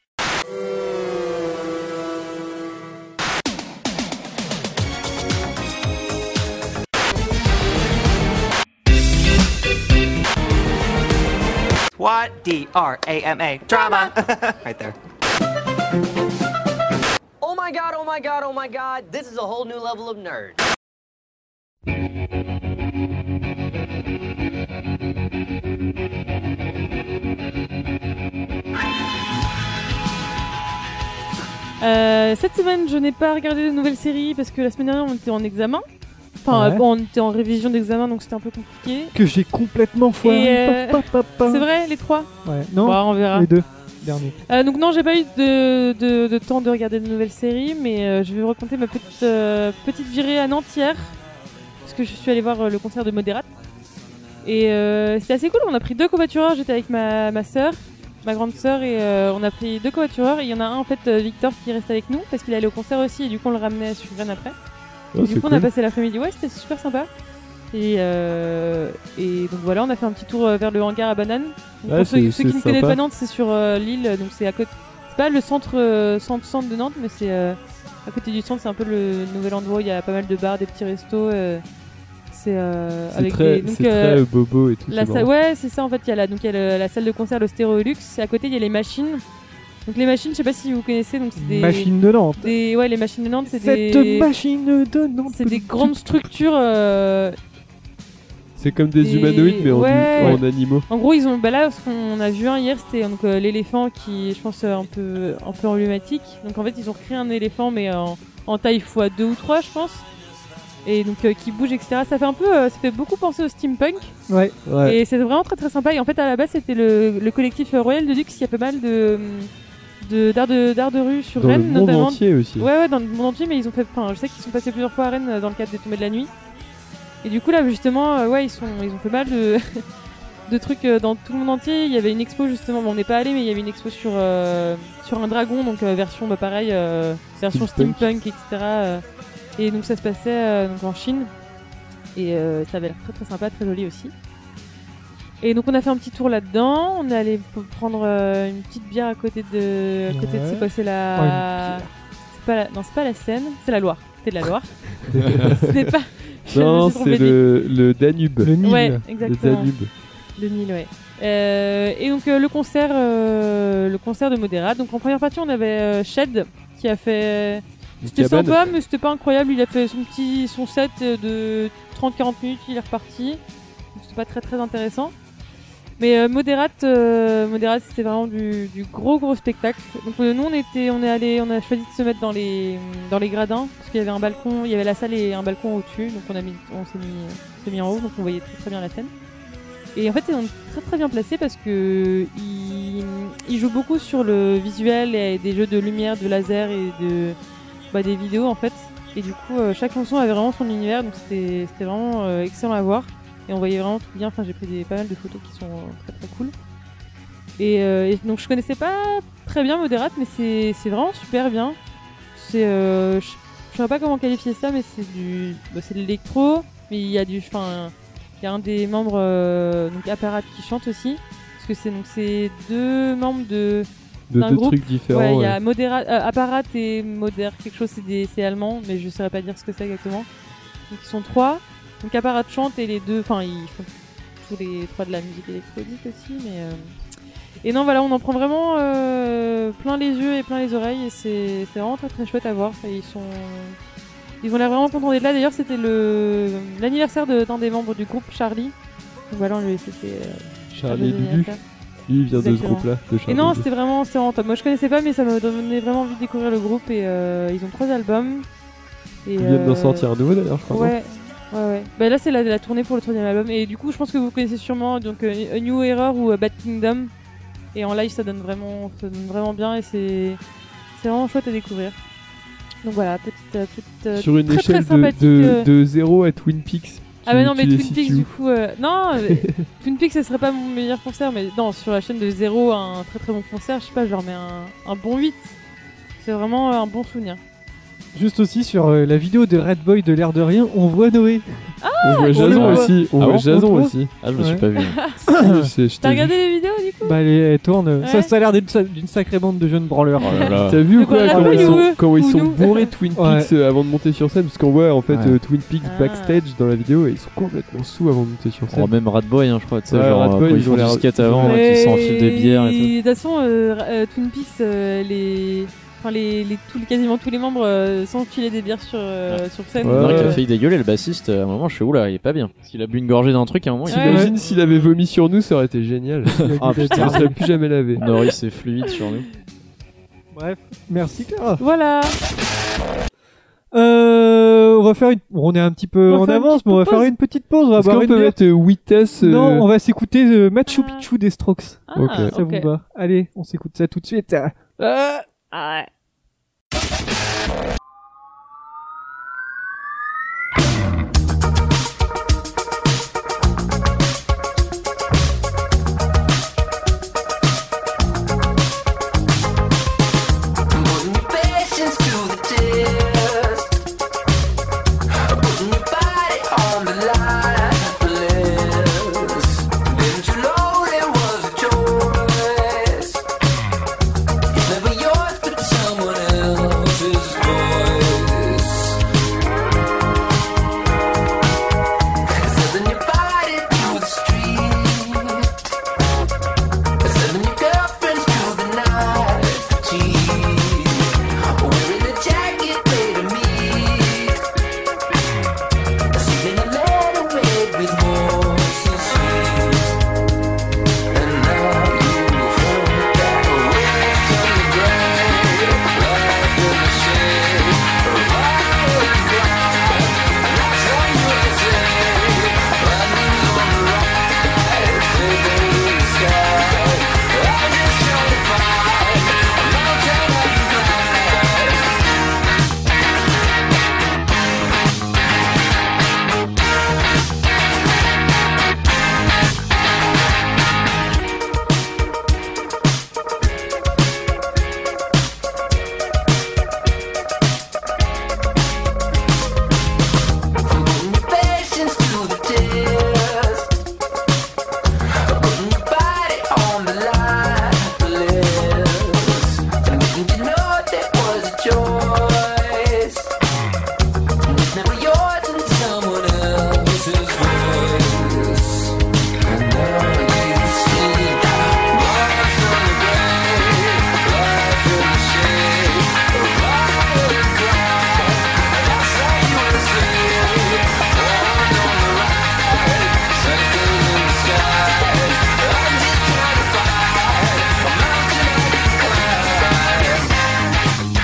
What? D R A M A. Drama. right there. Oh my my god, oh my god, oh my god, this is a whole new level of nerd.
Euh, cette semaine, je n'ai pas regardé de nouvelles séries parce que la semaine dernière, on était en examen. Enfin,
Ouais.
euh, bon, on était en révision d'examen, donc c'était un peu compliqué.
Que j'ai complètement foiré.
Et, euh,
Pa, pa, pa, pa.
C'est vrai, les trois
Ouais. Non,
Bah, on verra.
les deux derniers.
Euh, donc non, j'ai pas eu de, de- de temps de regarder de nouvelles séries, mais euh, je vais vous raconter ma petite, euh, petite virée à Nantes hier, parce que je suis allée voir euh, le concert de Moderat. Et euh, c'était assez cool, on a pris deux covoitureurs, j'étais avec ma, ma soeur, ma grande soeur, et euh, on a pris deux covoitureurs, et il y en a un en fait, euh, Victor, qui reste avec nous, parce qu'il allait au concert aussi, et du coup on le ramenait sur Rennes après.
Oh, Ah,
Et du coup, on a passé l'après-midi. Ouais, c'était super sympa. Et, euh, et donc voilà, on a fait un petit tour euh, vers le hangar à Banane. Donc,
Ouais,
pour ceux,
c'est-
ceux qui
c'est
ne connaissent
sympa.
pas Nantes, c'est sur euh, l'île, donc c'est à côté. C'est pas le centre, euh, centre, centre de Nantes, mais c'est euh, à côté du centre. C'est un peu le nouvel endroit. où Il y a pas mal de bars, des petits restos. euh, c'est euh,
C'est
avec
très,
des- donc
c'est
euh,
très euh, bobo et tout.
la
c'est
salle-
marrant.
ouais, c'est ça en fait. Il y a la, donc il y a le- la salle de concert, l'Ostéolux. À côté, il y a les machines. Donc les machines, je sais pas si vous connaissez. Donc c'est des,
Machine de Nantes.
des- ouais, les machines de Nantes, c'est des
Cette machine de Nantes.
c'est des grandes structures. euh,
C'est comme des
des-
humanoïdes, mais en,
ouais.
en animaux.
En gros, ils ont. Bah là, ce qu'on a vu un hier, c'était donc euh, l'éléphant qui, est, je pense, euh, un peu, un peu emblématique. Donc en fait, ils ont recréé un éléphant, mais en, en taille x 2 ou 3 je pense. Et donc euh, qui bouge, etc. Ça fait un peu, euh, ça fait beaucoup penser au steampunk.
Ouais.
Ouais.
Et c'est vraiment très très sympa. Et en fait, à la base, c'était le, le collectif euh, Royal de Luxe. Il y a pas mal de de- d'art de, d'art de rue sur
Dans le
Rennes,
monde
notamment
entier aussi.
Ouais, ouais, dans le monde entier, mais ils ont fait. Enfin, je sais qu'ils sont passés plusieurs fois à Rennes euh, dans le cadre des tombées de la nuit. Et du coup, là, justement, euh, ouais, ils, sont, ils ont fait mal de, de trucs euh, dans tout le monde entier. Il y avait une expo, justement, bon, on n'est pas allé, mais il y avait une expo sur, euh, sur un dragon, donc euh, version, bah, pareil, euh, version
Steampunk.
steampunk, etc. euh, et donc, ça se passait euh, donc, en Chine. Et euh, ça avait l'air très très sympa, très joli aussi. Et donc on a fait un petit tour là-dedans, on est allé p- prendre euh, une petite bière à côté de, à côté de
Ouais.
c'est quoi, c'est
Oh, une
la,
bière.
c'est pas la, non c'est pas la Seine, c'est la Loire, c'est de la Loire. c'est pas, je me
Non,
suis trompée
c'est
de
le, le Danube.
Le
ville.
Nil.
ouais
Le
exactement
Danube.
le Nil, ouais. Euh, et donc euh, le concert, euh, le concert de Modérat. Donc en première partie on avait euh, Shed qui a fait
Une
c'était
cabane.
sympa, mais c'était pas incroyable. Il a fait son petit son set de 30-40 minutes, il est reparti. Donc, C'était pas très très intéressant. Mais euh, Moderat, euh, Moderat, c'était vraiment du, du gros gros spectacle. Donc euh, nous on était, on est allé, on a choisi de se mettre dans les dans les gradins parce qu'il y avait un balcon, il y avait la salle et un balcon au-dessus. Donc on a mis, on s'est mis, on s'est mis en haut, donc on voyait très très bien la scène. Et en fait, on est très très bien placé parce que il, il joue beaucoup sur le visuel et des jeux de lumière, de laser et de bah, des vidéos en fait. Et du coup, euh, chaque chanson avait vraiment son univers, donc c'était c'était vraiment euh, excellent à voir. Et on voyait vraiment tout bien. Enfin, j'ai pris des, pas mal de photos qui sont euh, très très cool. Et, euh, et donc, je connaissais pas très bien Moderate, mais c'est c'est vraiment super bien. C'est, euh, je je sais pas comment qualifier ça, mais c'est du, bah, c'est de l'électro. Mais il y a du, enfin, il y a un des membres euh, donc Apparat qui chante aussi, parce que c'est donc c'est deux membres de
De
d'un
deux
groupe.
trucs
Ouais,
différents.
il y
ouais.
a Modera, euh, Apparat et Moder, quelque chose, c'est des- c'est allemand, mais je saurais pas dire ce que c'est exactement. Donc ils sont trois. Donc Apparat chante et les deux, enfin ils font tous les trois de la musique électronique aussi, mais. euh, Et non, voilà, on en prend vraiment euh, plein les yeux et plein les oreilles, et c'est c'est vraiment très très chouette à voir. Et ils sont. Ils ont l'air vraiment contents d'être là. D'ailleurs, c'était le l'anniversaire de- d'un des membres du groupe, Charlie. Donc voilà, on lui a laissé ses, euh,
Charlie et
joyeux
Lulu.
anniversaire.
Lui, il vient de ce
Exactement.
groupe-là. de
Et
Charlie
non,
Lulu.
c'était vraiment, c'était vraiment top. Moi, je connaissais pas, mais ça m'a donné vraiment envie de découvrir le groupe. Et euh, ils ont trois albums. Et,
Ils viennent d'en
euh,
sortir un nouveau d'ailleurs, je crois. non
Ouais, ouais, ouais. Bah là, c'est la, la tournée pour le troisième album. Et du coup, je pense que vous connaissez sûrement donc euh, A New Error ou euh, Bad Kingdom. Et en live, ça donne vraiment, ça donne vraiment bien. Et c'est, c'est vraiment chouette à découvrir. Donc voilà, petite, euh, petite. euh,
Sur une
très, très
échelle de,
sympathique,
de,
euh.
de 0 à Twin Peaks.
ah
tu-
mais non,
tu
mais
les
Twin Peaks
situes
du
où
coup, euh, non, mais Twin Peaks, ce serait pas mon meilleur concert, mais non, sur la chaîne de 0 un très très bon concert, je sais pas, je leur mets un, un bon 8. C'est vraiment euh, un bon souvenir.
Juste aussi sur euh, la vidéo de Red Boy de l'air de rien, on voit Noé.
On voit
le
Jason
voit.
aussi. On
Ah
voit
bon
Jason
On le
aussi.
Ah, je me
Ouais.
suis pas vu.
C'est- je
T'as
t'ai vu.
regardé les vidéos du coup
Bah elle, elle tourne. Ça,
Ouais.
ça a l'air d'être sa- d'une sacrée bande de jeunes branleurs.
Oh là là.
euh, T'as vu ou
De
quoi
quoi,
comment
la
ils
fouille
sont,
ou-
comment ils
ou
sont
nous
bourrés Twin Peaks
Ouais.
euh, avant de monter sur scène parce qu'on voit en fait
Ouais.
euh, Twin Peaks
Ah.
backstage dans la vidéo et ils sont complètement sous avant de monter sur
Oh,
scène.
même Rat Boy, hein, je crois, tu sais,
Ouais,
genre,
Rat
quand
Boy,
ils
ils
font
ont
du
l'air-
skate avant,
Ouais,
ouais, qu'ils s'enfilent des bières et tout.
De toute façon, euh, euh, Twin Peaks, euh, les... enfin les, les- tous les- quasiment tous les membres euh, s'enfilaient des bières sur, euh, sur scène.
Ouais.
Il y en a qui a failli dégueuler le bassiste. À un moment, je suis oula, il est pas bien. Parce qu'il a bu une gorgée d'un truc à un moment. il-
Ouais.
T'imagines s'il avait vomi sur nous, ça aurait été génial.
bah. Ah,
Je
putain. Bah,
ne serait plus jamais lavé.
Norris est fluide sur nous.
Bref, merci Clara.
Voilà.
Euh, on va faire une. On est un petit peu
On va
en
faire une
avance,
petite
mais on va
pause.
faire une petite pause. On va
Est-ce
boire
qu'on
une
peut
bière.
mettre euh, Witness euh,
bah, hein. Non, on va s'écouter euh, Machu
Ah.
Picchu des Strokes.
Ah,
Ok.
ok.
Ça vous va Allez, on s'écoute ça tout de suite.
Ah ouais.
Putting your patience to the test. Putting your body on the line for less. Didn't you know there was a choice? It's never yours, but someone else's voice. Sending your body to the street. Sending your girlfriends to the night for cheap. Wearing a jacket made of meat. Singing a letter made with voices sweet. And now you've heard that way to the grave. Life in the shade. Right in the ground. And that's all you can say. Running on the ride. Living in the sky. I'm just trying to find a mountain I can climb. Putting your patience to the test. Putting your body on the line for less. Didn't you know that was a choice? It's never yours and someone else's voice. And now you see life on the grave, life in the shade, a riot cry. That's all you will see. Born on the ride, circles in the sky. I'm just trying to find a mountain I can climb.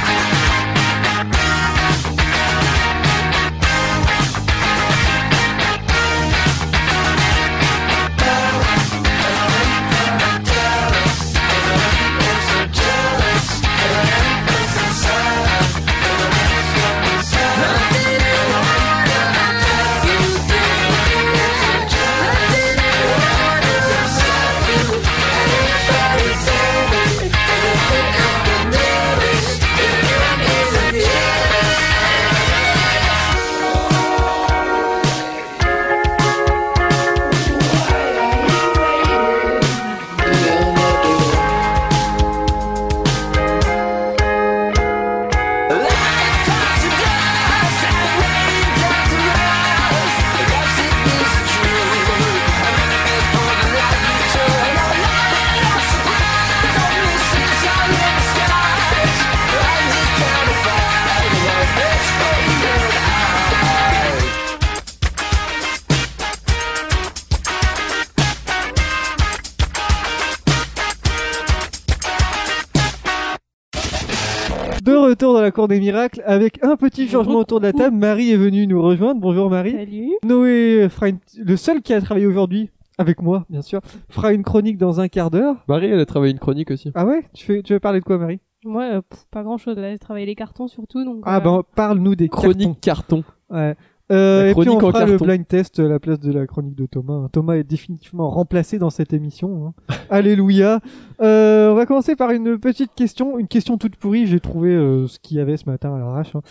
De retour dans la cour des miracles avec un petit changement autour de la table. Marie est venue nous rejoindre. Bonjour Marie.
Salut.
Noé fera une- le seul qui a travaillé aujourd'hui avec moi, bien sûr, fera une chronique dans un quart d'heure.
Marie, elle a travaillé une chronique aussi.
Ah ouais Tu veux, tu veux parler de quoi, Marie
Moi, euh, pff, pas grand chose. Là, je travaille les cartons surtout. Donc,
Ah
euh,
ben parle-nous des cartons.
Chronique carton.
Ouais. Euh,
La
et puis on
chronique en
fera le
carton.
blind test à la place de la chronique de Thomas. Thomas est définitivement remplacé dans cette émission. hein. Alléluia. Euh, on va commencer par une petite question, une question toute pourrie. J'ai trouvé euh, ce qu'il y avait ce matin à l'arrache. hein.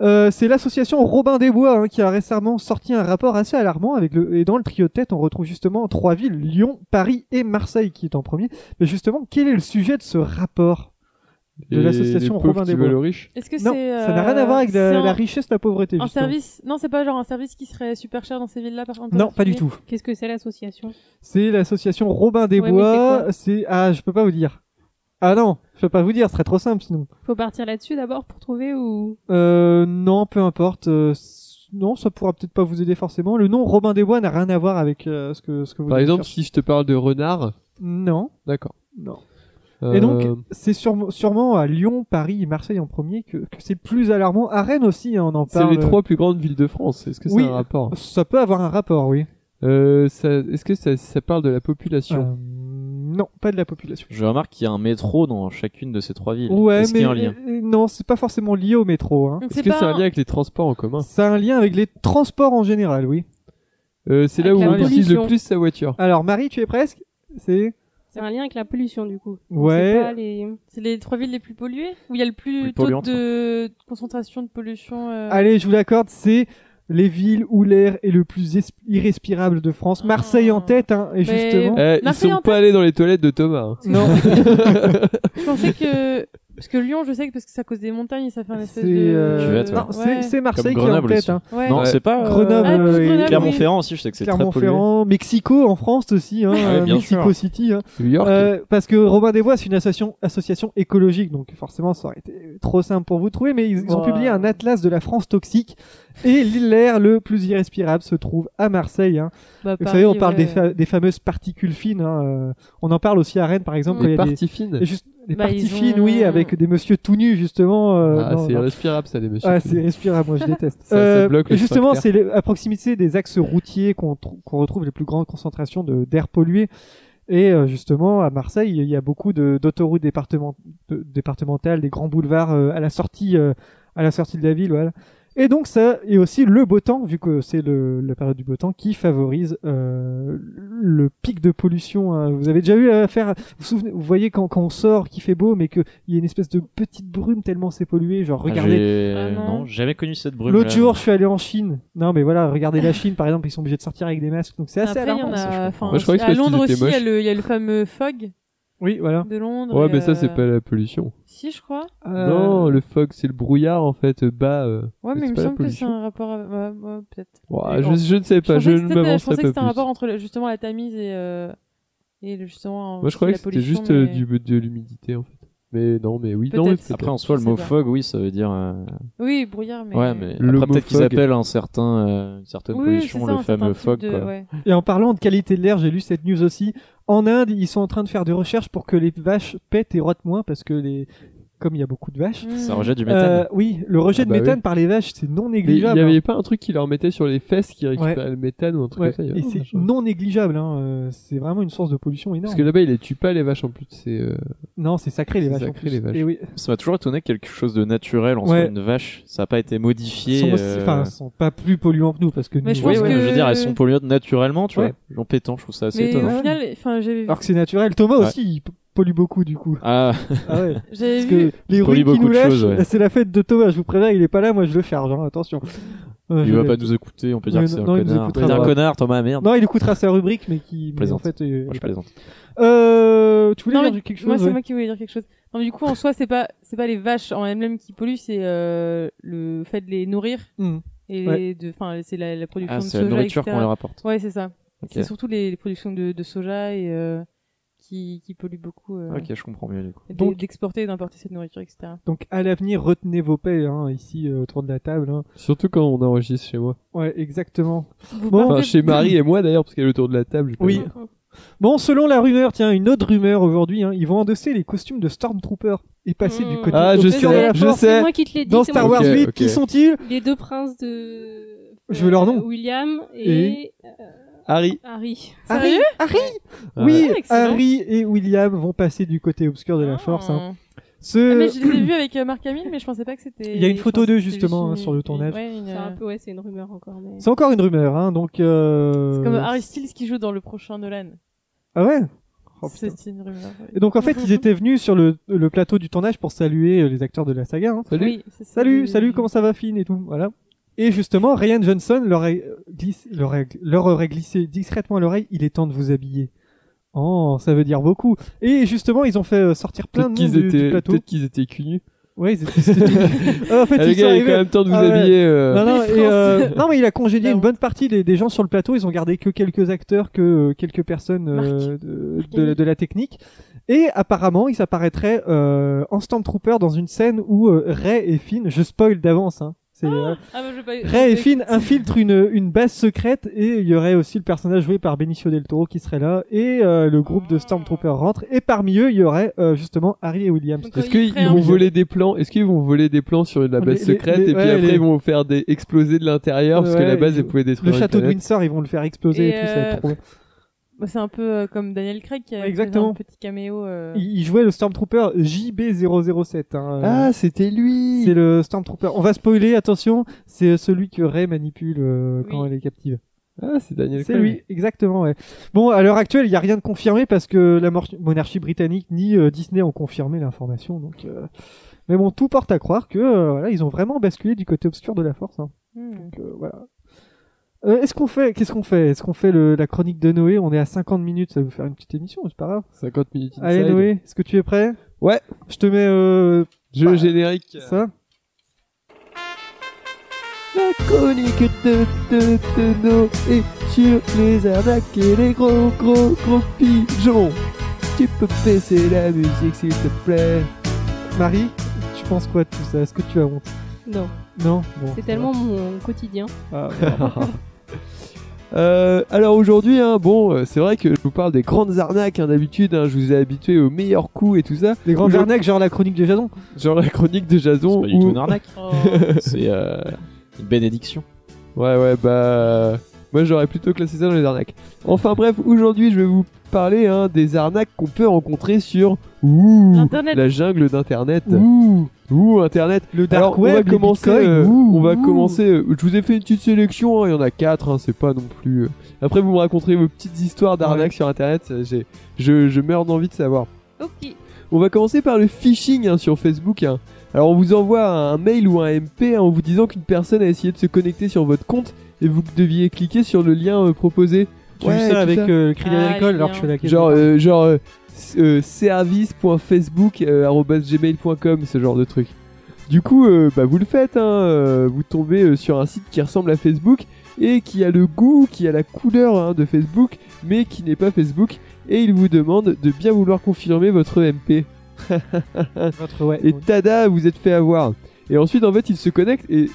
Euh, C'est l'association Robin des Bois hein, qui a récemment sorti un rapport assez alarmant avec le et dans le trio de tête on retrouve justement trois villes Lyon, Paris et Marseille qui est en premier. Mais justement, quel est le sujet de ce rapport de
Et
l'association
les pauvres
Robin
qui
des Bois
veulent aux riches.
Est-ce que
Non,
c'est
ça n'a rien à voir avec
euh, c'est
la,
un-
la richesse, la pauvreté.
Un
justement.
service Non, c'est pas genre un service qui serait super cher dans ces villes-là par contre.
Non, pas du tout.
Qu'est-ce que c'est l'association
C'est l'association Robin des
Ouais, mais c'est
Bois.
quoi
C'est ah, je peux pas vous dire. Ah non, je peux pas vous dire, ce serait trop simple sinon.
Faut partir là-dessus d'abord pour trouver ou.
Euh, non, peu importe. euh, s- non, ça pourra peut-être pas vous aider forcément. Le nom Robin des Bois n'a rien à voir avec euh, ce que ce que vous.
Par
allez
exemple,
chercher.
si je te parle de renard,
Non,
d'accord.
non. Et donc,
Euh,
c'est sûrement, sûrement à Lyon, Paris et Marseille en premier que, que c'est plus alarmant. À Rennes aussi, hein, on en
c'est
parle.
les
euh,
trois plus grandes villes de France. Est-ce que c'est
Oui.
un rapport
Ça peut avoir un rapport, oui.
Euh, ça- Est-ce que ça, ça parle de la population
Ah.
Euh, non, pas de la population.
Je remarque qu'il y a un métro dans chacune de ces trois villes.
Ouais,
Est-ce
mais
qu'il y a un lien
euh, non, c'est pas forcément lié au métro. Hein.
Donc
Est-ce que c'est un lien avec les transports en commun
Ça a un lien avec les transports en général, oui.
Euh, C'est là où
Avec
on
la
utilise le
pollution.
plus sa voiture.
Ah.
Alors, Marie, tu es presque C'est
C'est un lien avec la pollution du coup.
Ouais.
C'est pas les-
C'est les trois villes les plus polluées Où il y a le plus
Plus
taux
polluantes,
de concentration de pollution euh,
Allez, je vous l'accorde, c'est les villes où l'air est le plus es- irrespirable de France. Marseille en tête, hein, et
Ah. Mais-
justement.
Eh, ils
Marseille
sont
en
pas allés dans les toilettes de Thomas. hein.
Non,
Je pensais que. Parce que Lyon, je sais que parce que c'est à cause des montagnes et ça fait un
c'est
espèce de.
Tu vas,
euh,
toi.
non, c'est-
Ouais.
c'est Marseille
Comme
qui est en
Grenoble
tête.
aussi.
hein.
Ouais.
Non,
Ouais.
c'est pas euh,
Ah,
Grenoble,
plus
euh, et
Grenoble,
Clermont-Ferrand aussi, je sais que c'est très pollué.
Clermont-Ferrand, Mexico en France aussi, hein,
Ouais,
euh,
bien
Mexico
sûr.
City. hein.
New York.
Euh, parce que Robin des Bois, c'est une association, association écologique, donc forcément, ça aurait été trop simple pour vous de trouver, mais ils, ils ont
Ouais.
publié un atlas de la France toxique et l'air le plus irrespirable se trouve à Marseille. hein.
Bah,
Vous
Paris,
savez, on parle
ouais.
des, fa- des fameuses particules fines. hein, euh, on en parle aussi à Rennes, par exemple.
Mm.
quand il y
les
a des-
parties fines.
Et juste des
Bah,
parties
ils ont-
fines, oui, avec des messieurs tout nus, justement. euh,
ah,
non,
c'est
non.
irrespirable ça, les messieurs.
Ah, c'est respirable, moi je déteste.
Ça- ça bloque le
et justement,
sphincter.
c'est le- à proximité des axes routiers qu'on tr- qu'on retrouve les plus grandes concentrations de- d'air pollué. Et euh, justement, à Marseille, il y a beaucoup de- d'autoroutes département- de- départementales, des grands boulevards euh, à la sortie, euh, à la sortie de la ville. Voilà. Et donc ça, et aussi le beau temps, vu que c'est le- la période du beau temps qui favorise euh, le pic de pollution. hein. Vous avez déjà eu affaire, vous, vous souvenez- vous voyez quand, quand on sort, qu'il fait beau, mais qu'il y a une espèce de petite brume tellement c'est pollué, genre
Ah,
regardez
j'ai-
Ah, non.
non, j'ai jamais connu cette brume.
L'autre jour, je suis allé en Chine. Non, mais voilà, regardez la Chine, par exemple, ils sont obligés de sortir avec des masques, donc c'est assez
Après, il y
alarmant.
en
ça, je
a. euh,
trouve.
enfin,
Moi, je croyais que
à
parce
Londres
qu'ils
aussi,
étaient
il y, a le, il y a le fameux fog
Oui, voilà.
de Londres.
Ouais,
et,
mais ça, c'est
euh,
pas la pollution.
Si, je crois.
Euh,
Non, le fog, c'est le brouillard en fait, euh, bas. euh.
Euh. Ouais,
Mais
mais
c'est
il me
pas la
semble que c'est
pollution.
un rapport. avec- Ouais, ouais, peut-être.
Ouah,
Et
je,
en-
je ne sais
Je
pas,
pensais que
je ne
c'était- je
m'avancerai
pensais que
pas
c'était un
plus.
rapport entre le- justement la Tamise et, euh, et le- justement.
Moi, je croyais
la
que c'était
pollution,
juste euh,
mais-
du, de l'humidité en fait. Mais non, mais oui, non, mais
Peut-être.
peut-être.
Après, en soi, le
Je
mot
sais pas.
fog, oui, ça veut dire. euh,
Oui, brouillard, mais.
Ouais, mais
Le
après,
mot
peut-être qu'ils
fog.
appellent un certain, euh, une certaine
Oui,
pollution
c'est ça,
le
un certain
fameux
type
fog,
de-
quoi.
ouais.
Et en parlant de qualité de l'air, j'ai lu cette news aussi. En Inde, ils sont en train de faire des recherches pour que les vaches pètent et rotent moins, parce que les, comme il y a beaucoup de vaches.
C'est un
Mm.
rejet du méthane.
Euh, oui, le rejet
Ah
de
bah
méthane
oui.
par les vaches, c'est non
Mais il n'y
négligeable.
avait pas un truc qui leur mettait sur les fesses qui récupérait le méthane ou un
hein.
truc
ben. Ouais,
comme ça. il y avait
et
pas un
c'est
machin.
non négligeable. hein, euh, C'est vraiment une source de pollution énorme.
Parce que là-bas, ils les tuent pas les vaches en plus. C'est euh,
Non, c'est sacré les
C'est
vaches. en
sacré,
plus.
les vaches.
Et oui,
Ça m'a toujours étonné que quelque chose de naturel en
Ouais.
soit une vache. Ça n'a pas été modifié.
sont, aussi-
euh,
enfin, sont pas plus polluants que nous, parce que
Mais
nous,
je
oui,
pense
oui,
que-
mais je veux dire, elles sont polluantes naturellement, tu
Ouais.
vois. En pétant, je trouve ça assez
Mais
étonnant.
au final, enfin, j'avais vu-
alors que c'est naturel. Thomas
Ouais.
aussi, il p- pollue beaucoup du coup.
Ah,
Ah ouais.
j'avais
Parce
vu.
que les
pollue
ruines qui
beaucoup
nous
de
lâchent, bah,
choses, ouais.
c'est la fête de Thomas. Je vous préviens, il est pas là, moi je le charge. hein, attention. Euh,
il
je
va
l'ai-
pas nous écouter, on peut dire
Oui,
que c'est un
non, il nous
connard. On peut
écoutera
dire un
pas.
connard, Thomas, merde.
Non, il écoutera sa rubrique, mais qui. Mais en
Plaisante.
fait, euh,
Moi,
voilà.
je plaisante.
Euh, tu voulais
Non,
dire
mais
quelque
moi,
chose
c'est
ouais.
moi qui voulais dire quelque chose. Non, mais du coup, en soi, c'est pas, c'est pas les vaches en elles-mêmes qui polluent, c'est euh, le fait de les nourrir
Hmm.
et
Ouais.
les de, enfin, c'est la, la production
Ah,
de
c'est
soja,
la nourriture
etc.
qu'on leur apporte.
Ouais, c'est ça.
Ok.
C'est surtout les, les productions de, de soja et euh, qui, qui polluent beaucoup. euh,
Ok, je comprends mieux du coup.
d-
Donc-
D'exporter et d'importer cette nourriture, etc.
Donc à l'avenir, retenez vos paix hein, ici euh, autour de la table. hein.
surtout quand on enregistre chez moi.
Ouais, exactement.
Vous
Bon.
Enfin,
partez-
chez Marie et moi d'ailleurs, parce qu'elle est autour de la table. j'ai pas
Oui.
vu.
Bon, selon la rumeur, tiens, une autre rumeur aujourd'hui. hein, ils vont endosser les costumes de Stormtrooper et passer
Mm.
Hmm.
du côté
Ah, je
obscur
sais,
de la
je
force.
sais.
C'est moi qui te l'ai dit.
Dans
c'est
Star
moi
Wars
qui-
Ok,
8,
ok.
qui sont-ils
Les deux princes
euh,
de.
Je veux leur nom.
William et, euh,
Harry,
Harry.
Harry,
Ah, Sérieux
Harry Oui,
Ah, excellent.
Harry et William vont passer du côté obscur de la force. hein.
Ah. Ah,
Ce...
mais je les ai vus avec euh, Marc Hamill, mais je pensais pas que c'était.
Il y a une
je
photo
pensais
d'eux,
que c'était
justement,
juste
hein,
une-
sur le tournage.
ouais, une,
C'est
euh,
un peu, ouais, c'est une rumeur encore. Mais...
C'est encore une rumeur, hein, donc... Euh...
C'est comme Harry Styles qui joue dans le prochain Nolan.
Ah ouais Oh, putain.
c'est une rumeur. oui.
Et donc en fait, ils étaient venus sur le, le plateau du tournage pour saluer euh, les acteurs de la saga. hein.
salut.
Oui, c'est ça,
Salut,
le-
salut, comment ça va, Finn et tout, voilà. Et justement, Ryan Johnson leur, a glissé- leur, a- leur aurait glissé discrètement à l'oreille, il est temps de vous habiller. Oh, ça veut dire beaucoup. Et justement, ils ont fait euh, sortir plein
Peut-être
de monde
qu'ils
du, du
étaient,
plateau.
peut-être qu'ils étaient cul nus.
Ouais, ils étaient- c'était- Ah, en fait,
Ah, les
ils sont
gars, il est
arrivés-
quand même temps de vous
Ah ouais.
habiller. euh,
Non, non, et,
France.
euh, non, mais il a congédié une
Pardon.
bonne partie des, des gens sur le plateau. Ils ont gardé que quelques acteurs, que euh, quelques personnes euh, de, de la- de la technique. Et apparemment, ils apparaîtraient euh, en Stormtrooper dans une scène où euh, Ray et Finn, je spoil d'avance, hein, c'est, euh,
Ah, bah, je vais pas-
Ray et
je vais-
Finn infiltrent une, une base secrète et il y aurait aussi le personnage joué par Benicio del Toro qui serait là et euh, le groupe
Ah.
de Stormtroopers rentre et parmi eux il y aurait euh, justement Harry et Williams.
Donc,
Est-ce
quand il
qu'ils
ferait
vont
un-
voler des plans Est-ce qu'ils vont voler des plans sur la
Les-
base
Ah, les-
secrète
les-
et puis
ouais,
après
les-
ils vont faire des exploser de l'intérieur parce
Ouais,
que la base
ils-
elle pouvait
Le
détruire une
château de
planète.
Windsor ils vont le faire exploser et,
Et,
tout ça va être
euh,
trop bien.
Bah, c'est un peu euh, comme Daniel Craig qui a fait
Exactement.
un petit caméo. euh,
Il il jouait le Stormtrooper JB007. Hein.
Ah, c'était lui.
c'est le Stormtrooper. On va spoiler, attention, c'est euh, celui que Rey manipule euh, quand
Oui.
elle est captive.
Ah, c'est Daniel.
C'est
Craig.
lui, exactement. Ouais. Bon, à l'heure actuelle, il n'y a rien de confirmé parce que la mor- monarchie britannique ni euh, Disney ont confirmé l'information. Donc, euh, mais bon, tout porte à croire que euh, voilà, ils ont vraiment basculé du côté obscur de la force. hein.
hmm.
Donc, euh, voilà. Euh, Est-ce qu'on fait Qu'est-ce qu'on fait Est-ce qu'on fait le- la chronique de Noé On est à 50 minutes, ça va vous faire une petite émission, c'est pas grave.
50 minutes.
Allez
inside.
Noé, est-ce que tu es prêt
Ouais.
Je te mets euh,
Jeu générique.
ça.
La chronique de, de, de Noé sur les arnaques et les gros gros gros pigeons. Tu peux baisser la musique s'il te plaît.
Marie, tu penses quoi de tout ça Est-ce que tu as honte
Non,
Non Bon,
c'est
ça
tellement mon quotidien.
va. Ah,
Euh, alors aujourd'hui, hein, bon, euh, c'est vrai que je vous parle des grandes arnaques. hein, D'habitude, hein, je vous ai habitué aux meilleurs coups et tout ça.
les grandes
Le-
arnaques, genre la chronique de Jason.
Genre la chronique de
C'est
Jason.
pas du tout
où-
une arnaque.
Oh.
C'est euh, une bénédiction.
Ouais, ouais, bah. euh, Moi, j'aurais plutôt classé ça dans les arnaques. Enfin, bref, aujourd'hui, je vais vous parler hein, des arnaques qu'on peut rencontrer sur ouh,
L'Internet.
la jungle d'Internet.
Ouh,
Ouh, Internet.
le dark
Alors,
web,
on va
les
commencer.
bitcoins,
euh,
ouh,
on va
ouh.
commencer. euh, je vous ai fait une petite sélection. hein, Il y en a quatre. hein, c'est pas non plus. euh. Après, vous me raconterez vos petites histoires d'arnaques sur Internet. euh, j'ai- je, je meurs d'envie de savoir.
Ok.
On va commencer par le phishing hein, sur Facebook. hein. Alors on vous envoie un mail ou un MP hein, en vous disant qu'une personne a essayé de se connecter sur votre compte et vous deviez cliquer sur le lien euh, proposé.
J'ai
Ouais,
vu
tout
ça avec euh, le cri
Ah,
d'agricole,
il est
alors que je suis à la
Genre, euh, genre euh, s- euh, service.facebook.gmail.com, ce genre de truc. Du coup, euh, bah, vous le faites, hein, euh, vous tombez euh, sur un site qui ressemble à Facebook et qui a le goût, qui a la couleur hein, de Facebook, mais qui n'est pas Facebook, et il vous demande de bien vouloir confirmer votre MP.
votre ouais.
Et
ouais.
tada, vous êtes fait avoir. Et ensuite, en fait, ils se connectent et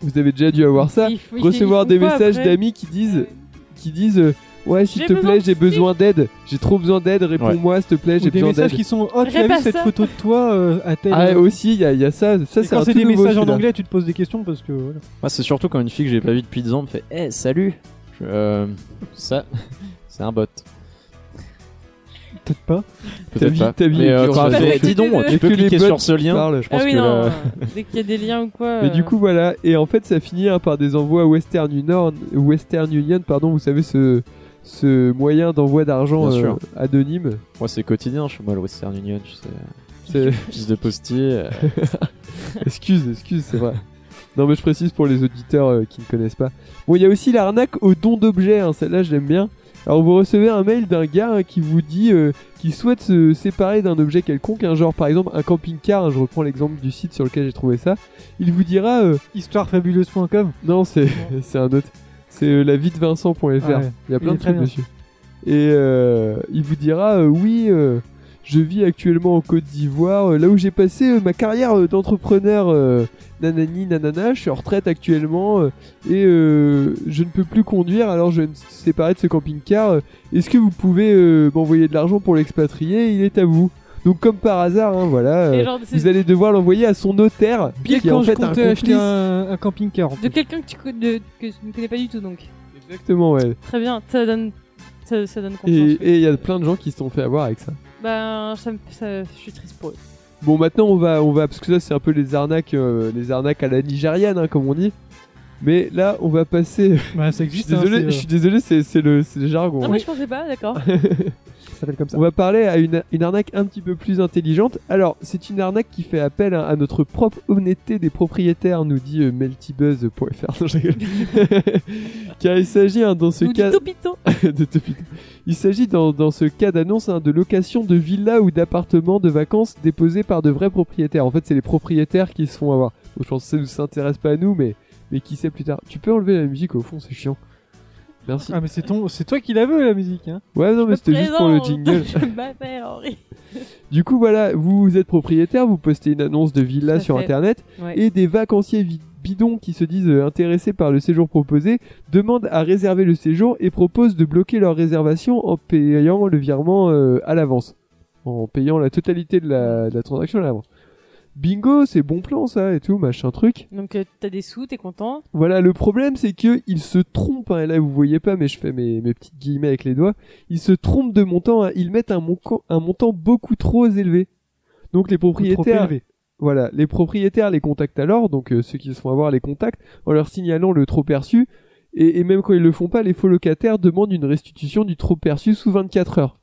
vous avez déjà dû avoir ça.
Ils- ils-
Recevoir
ils
des
font quoi
messages
après
d'amis qui disent, qui disent, euh, ouais, s'il
J'ai
te
besoin
plaît,
de
j'ai besoin d'aide. J'ai trop besoin d'aide. Réponds-moi, s'il te plaît,
Ou
j'ai
des
besoin
messages
d'aide.
qui sont oh tu as
Répète
vu cette
ça.
photo de toi euh, à tel.
Ah,
Et
aussi, il y, a- il y a ça. Ça, c'est un
quand c'est
tout
des
nouveau,
messages en
celui-là.
anglais, tu te poses des questions parce que voilà.
Moi, c'est surtout quand une fille que j'ai pas vue depuis 10 ans me fait Eh, salut Je- euh, Ça, c'est un bot.
Peut-être pas.
T'as
Peut-être
vu-
pas.
t'as vu
Mais
les
euh,
cures
quand elle
sur
fait,
Facebook.
dis donc,
Est-ce
tu peux
que les
cliquer
bots
sur ce lien.
Parle.
Je pense
Ah oui,
que
non.
là-
euh, Dès qu'il y a des liens ou quoi.
Mais
euh,
du coup voilà et en fait ça finit hein, par des envois Western Union, Western Union pardon vous savez ce ce moyen d'envoi d'argent
Bien
euh,
sûr.
anonyme
Moi, c'est quotidien, je suis moi, le Western Union, je sais.
C'est-
Fils de postier. euh,
excuse, excuse, c'est vrai. Non, mais je précise pour les auditeurs euh, qui ne connaissent pas. Bon, il y a aussi l'arnaque au don d'objets, hein, celle-là je l'aime bien. Alors vous recevez un mail d'un gars hein, qui vous dit euh, qu'il souhaite se séparer d'un objet quelconque, hein, genre par exemple un camping-car, hein, je reprends l'exemple du site sur lequel j'ai trouvé ça. Il vous dira, euh,
Histoirefabuleuse.com.
non c'est c'est un autre, c'est euh, la vie de Vincent.fr,
Ah ouais.
il y a plein
est
de
très
trucs
bien.
dessus. Et euh, il vous dira, euh, oui... euh, je vis actuellement en Côte d'Ivoire, euh, là où j'ai passé euh, ma carrière euh, d'entrepreneur. euh, nanani, nanana, je suis en retraite actuellement euh, et euh, je ne peux plus conduire, alors je vais me séparer de ce camping-car. euh, Est-ce que vous pouvez euh, m'envoyer de l'argent pour l'expatrier Il est à vous. Donc comme par hasard, hein, voilà, euh,
et genre, c'est
vous allez devoir l'envoyer à son notaire,
Pile
qui est en
quand je
fait un
comptais acheter
complice.
un, un camping-car. en
De
plus.
quelqu'un que tu, co- de- que tu ne connais pas du tout donc.
Exactement, ouais.
Très bien, ça donne, ça, ça donne
Et
confiance.
et il y a plein de gens qui se sont fait avoir avec ça.
Ben, ça, me- ça- je suis triste pour eux.
Bon, maintenant on va, on va, parce que ça c'est un peu les arnaques, euh, les arnaques à la nigériane, hein, comme on dit. Mais là, on va passer
Ouais, ça
Je suis
existe. hein,
désolé,
c'est, euh,
je suis désolé, c'est c'est le, c'est le jargon. hein.
Ah, moi je pensais pas, d'accord.
ça s'appelle comme ça.
On va parler à une, une arnaque un petit peu plus intelligente. Alors, c'est une arnaque qui fait appel hein, à, à notre propre honnêteté des propriétaires, nous dit euh, meltybuzz.fr. Non, je rigole. Car il s'agit hein, dans ce
Nous dit
cas... Ah,
Topito.
de Topito. Il s'agit dans, dans ce cas d'annonce hein, de location de villas ou d'appartements de vacances déposés par de vrais propriétaires. En fait, c'est les propriétaires qui se font avoir. Bon, je pense que ça ne s'intéresse pas à nous, mais, mais qui sait plus tard. Tu peux enlever la musique au fond, c'est chiant. Merci.
Ah mais c'est ton, c'est toi qui la veux la musique hein.
Ouais, non, mais c'était juste pour le
Présente.
jingle.
Je m'appelle Henri.
Du coup, voilà, vous êtes propriétaire, vous postez une annonce de villa
Tout à
sur
fait.
internet
Ouais.
et des vacanciers vi- bidons qui se disent euh, intéressés par le séjour proposé demandent à réserver le séjour et proposent de bloquer leur réservation en payant le virement euh, à l'avance. En payant la totalité de la, de la transaction à l'avance. Bingo, c'est bon plan ça et tout, machin truc.
Donc euh, t'as des sous, t'es content.
Voilà, le problème c'est que il se trompe, hein, et là vous voyez pas, mais je fais mes, mes petites guillemets avec les doigts, il se trompe de montant, hein, ils mettent un, monco- un montant beaucoup trop élevé. Donc les propriétaires,
élevé.
voilà, les propriétaires les contactent alors, donc euh, ceux qui se font avoir les contactent, en leur signalant le trop perçu, et, et même quand ils le font pas, les faux locataires demandent une restitution du trop perçu sous 24 heures.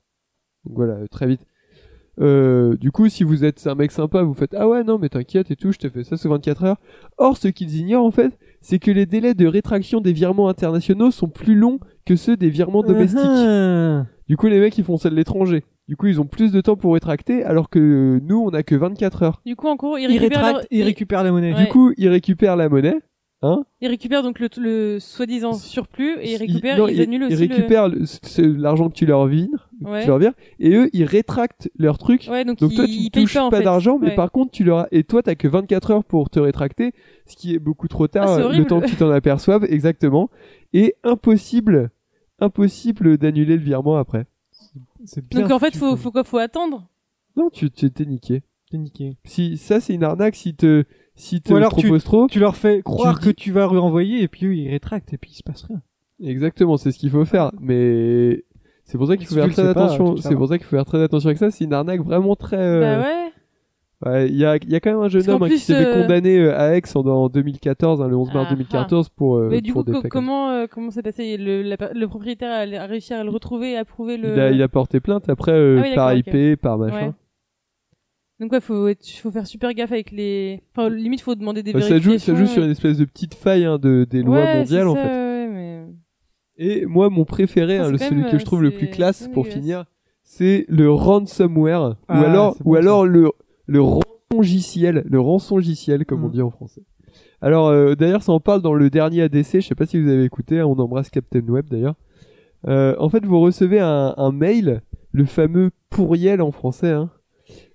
Donc voilà, euh, très vite. Euh, du coup, si vous êtes un mec sympa, vous faites ah ouais non mais t'inquiète et tout, je te fais ça sous 24 heures. Or, ce qu'ils ignorent en fait, c'est que les délais de rétraction des virements internationaux sont plus longs que ceux des virements domestiques.
Ah,
Du coup, les mecs ils font ça de l'étranger. Du coup, ils ont plus de temps pour rétracter, alors que euh, nous, on a que 24 heures.
Du coup en cours, ils
il
récupèrent,
rétracte,
leur-
il récupère la monnaie.
Ouais.
Du coup, ils récupèrent la monnaie.
ils récupèrent donc le, le soi-disant surplus et ils récupèrent,
non,
ils annulent
ils
aussi
récupèrent le- ce- ce- l'argent que tu leur vires, que
Ouais.
tu leur vires, et eux, ils rétractent leur truc.
le. Ouais, donc,
Donc toi, tu
ils
ne
payent
touches
pas,
pas,
en fait.
d'argent, mais
Ouais.
par contre, tu leur as... et toi, t'as que 24 heures pour te rétracter, ce qui est beaucoup trop tard,
Ah, c'est
euh, le
horrible.
temps que tu t'en aperçoives, exactement. Et impossible, impossible d'annuler le virement après.
c'est bien
Donc en fait,
foutu,
faut,
quoi.
faut quoi Faut attendre.
Non, tu tu- t'es niqué.
T'es niqué.
Si ça, c'est une arnaque, si te, si te
Ou alors
proposes trop.
Tu leur fais croire
dis-
que tu vas renvoyer et puis eux ils rétractent et puis il se passe rien.
Exactement, c'est ce qu'il faut faire. Mais c'est pour ça qu'il
Si
faut
tu
faire
le
très
sais pas, tu
attention.
le
C'est
sauras.
pour ça qu'il faut faire très attention avec ça. C'est une arnaque vraiment très. euh,
Bah ouais.
Ouais, il y a, il y a quand même un jeune
Parce qu'en
homme hein, qui
plus,
s'est fait
euh,
condamné euh, à Aix en, en 2014, hein, le 11 mars
Ah,
2014 pour. euh,
Mais du
pour
coup,
des
co-
faits comme ça.
comment euh, comment s'est passé le, la per- le propriétaire a, a réussi à le retrouver, et à prouver le.
il, a, il a porté plainte après euh,
Ah oui,
par
d'accord,
IP, par machin.
Ouais. Donc ouais, faut être- faut faire super gaffe avec les. Enfin, limite, faut demander des
Bah, ça joue,
vérifications.
ça joue sur une espèce de petite faille hein, de, des lois
Ouais, c'est
mondiales en
ça,
fait.
ouais, mais-
Et moi, mon préféré,
Enfin, c'est
hein, le-
quand
celui
même,
que je trouve le plus
c'est-
classe
c'est
pour
dégueulasse.
finir, c'est le ransomware. ou
Ah,
alors,
c'est
ou
bon,
alors le, le rançongiciel. Le rançongiciel, comme on
Mm.
dit en français. Alors, euh, d'ailleurs, ça en parle dans le dernier ADC. Je sais pas si vous avez écouté. hein, on embrasse Captain Web d'ailleurs. Euh, en fait, vous recevez un, un mail, le fameux pourriel en français, hein,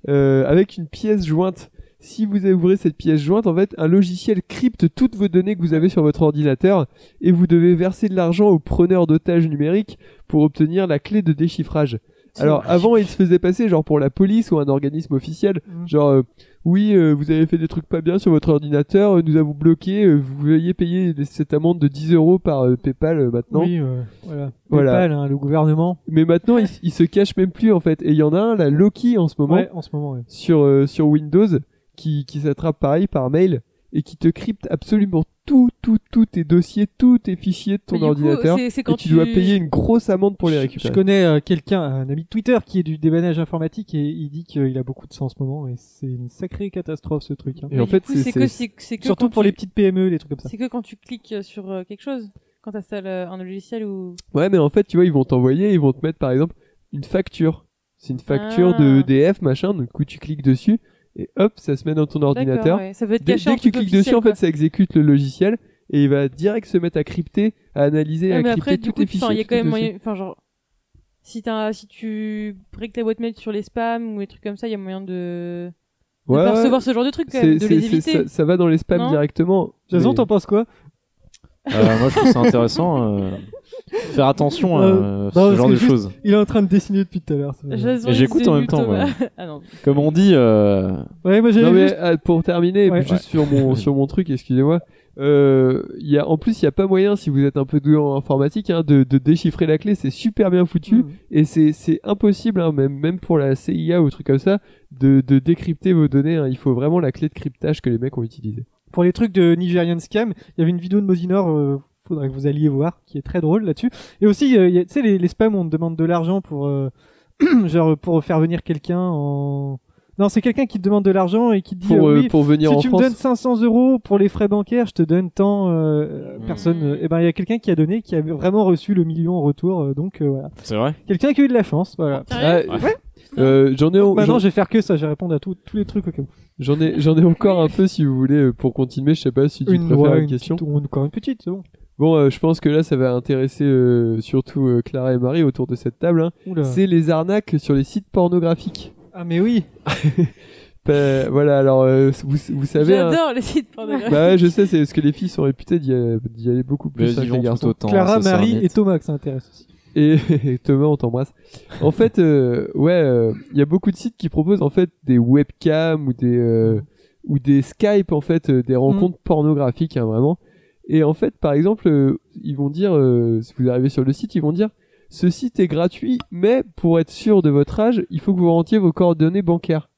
euh, avec une pièce jointe. Si vous ouvrez cette pièce jointe, en fait, un logiciel crypte toutes vos données que vous avez sur votre ordinateur et vous devez verser de l'argent au preneur d'otages numériques pour obtenir la clé de déchiffrage. Alors avant, il se faisait passer genre pour la police ou un organisme officiel,
Mm.
genre euh, oui, euh, vous avez fait des trucs pas bien sur votre ordinateur, euh, nous avons bloqué, euh, vous veuillez payer des- cette amende de 10 euros par euh, PayPal euh, maintenant.
Oui, euh, voilà.
Voilà.
PayPal, hein, le gouvernement.
Mais maintenant, il, il se cache même plus en fait. Et il y en a un, la Loki en ce moment,
Ouais, en ce moment. ouais.
sur euh, sur Windows, qui qui s'attrape pareil par mail et qui te crypte absolument tout, tout, tous tes dossiers, tous tes fichiers de ton
Mais du coup,
ordinateur.
c'est- c'est
et
quand
tu dois payer une grosse amende pour les
Je-
récupérer.
Je connais euh, quelqu'un, un ami de Twitter qui est du débannage informatique et il dit qu'il a beaucoup de ça en ce moment et c'est une sacrée catastrophe ce truc. hein.
Et en
Mais
fait,
du coup, c'est que c'est c'est que
Surtout
quand
pour
tu-
les petites PME, des trucs comme ça.
C'est que quand tu cliques euh, sur euh, quelque chose, quand t'installes euh, un logiciel ou.
Ouais, mais en fait, tu vois, ils vont t'envoyer, ils vont te mettre par exemple une facture. C'est une facture de
Ah.
EDF, machin, donc du coup, tu cliques dessus et hop, ça se met dans ton
D'accord,
ordinateur.
ouais. Ça peut être
Dès,
caché
dès
un
que tu
truc
cliques dessus, en
officiel,
fait, ça exécute le logiciel et il va direct se mettre à crypter, à analyser,
quoi. Ouais,
à
mais
crypter
après,
tous
du
tes
coup,
fichiers.
enfin, il y a
tous
quand
tes
même
dossiers.
moyen. Enfin, genre. Si, t'as- si tu briques ta boîte mail sur les spams ou des trucs comme ça, il y a moyen de. de
Ouais,
pas
ouais.
recevoir ce genre de trucs quand
C'est-
même, de
c'est-
les
c'est-
éviter.
ça, ça va dans les spams
Non
directement.
Jason,
mais-
t'en penses quoi
Euh, moi, je trouve ça intéressant. euh, faire attention à
Euh,
euh,
non, parce
ce genre
que
de
juste-
choses.
Il est en train de dessiner depuis tout à l'heure. ça va.
Jason
Et j'écoute en même temps,
Thomas. ah non.
Comme on dit, euh,
Ouais, moi
Non
j'avais
mais
juste...
ah, pour terminer,
Ouais.
juste sur mon sur mon truc, excusez-moi. Euh, il y a en plus il y a pas moyen si vous êtes un peu doué en informatique hein, de, de déchiffrer la clé, c'est super bien foutu
Mm.
et c'est c'est impossible hein, même même pour la CIA ou truc comme ça de de décrypter vos données. hein. Il faut vraiment la clé de cryptage que les mecs ont utilisée.
Pour les trucs de Nigerian Scam, il y avait une vidéo de Mosinor, euh, faudrait que vous alliez voir, qui est très drôle là-dessus. Et aussi, euh, il y a- tu sais, les, les spams, on te demande de l'argent pour... euh, genre pour faire venir quelqu'un en. Non, c'est quelqu'un qui te demande de l'argent et qui te dit
Pour,
euh,
euh,
oui,
pour venir
si
en
tu
France.
me donnes 500 euros pour les frais bancaires, je te donne tant. euh,
Hmm.
Mmh.
Personne. Et ben, il y a quelqu'un qui a donné, qui a vraiment reçu le million en retour. euh, donc euh, voilà.
C'est vrai
Quelqu'un qui a eu de la chance. Voilà.
Sérieux
Ah, euh, j'en
Donc,
ai, j'en-
maintenant, je vais faire que ça. Je vais répondre à tout- tous les trucs. auxquels-
j'en ai, j'en ai encore un peu si vous voulez euh, pour continuer. Je sais pas si tu
Une,
préfères
ouais,
une,
une
question.
petite- ou encore une petite. c'est bon.
Bon, euh, je pense que là, ça va intéresser euh, surtout euh, Clara et Marie autour de cette table. hein.
Oula.
C'est les arnaques sur les sites pornographiques.
Ah mais oui.
Bah, voilà. Alors, euh, vous, vous savez. hein,
J'adore les sites pornographiques.
bah ouais, je sais, c'est parce que les filles sont réputées d'y euh, d'y aller beaucoup
Mais
plus hein,
ils
que les
vont tout
garçons.
autant.
Clara,
ça, c'est un
Marie
mythe.
et Thomas, que ça intéresse aussi.
Et, et Thomas, on t'embrasse. En fait, euh, ouais, euh, il y a beaucoup de sites qui proposent en fait des webcams ou des euh, ou des Skype en fait,
Mm.
euh, des rencontres pornographiques hein, vraiment. Et en fait, par exemple, euh, ils vont dire, euh, si vous arrivez sur le site, ils vont dire, ce site est gratuit, mais pour être sûr de votre âge, il faut que vous rentiez vos coordonnées bancaires.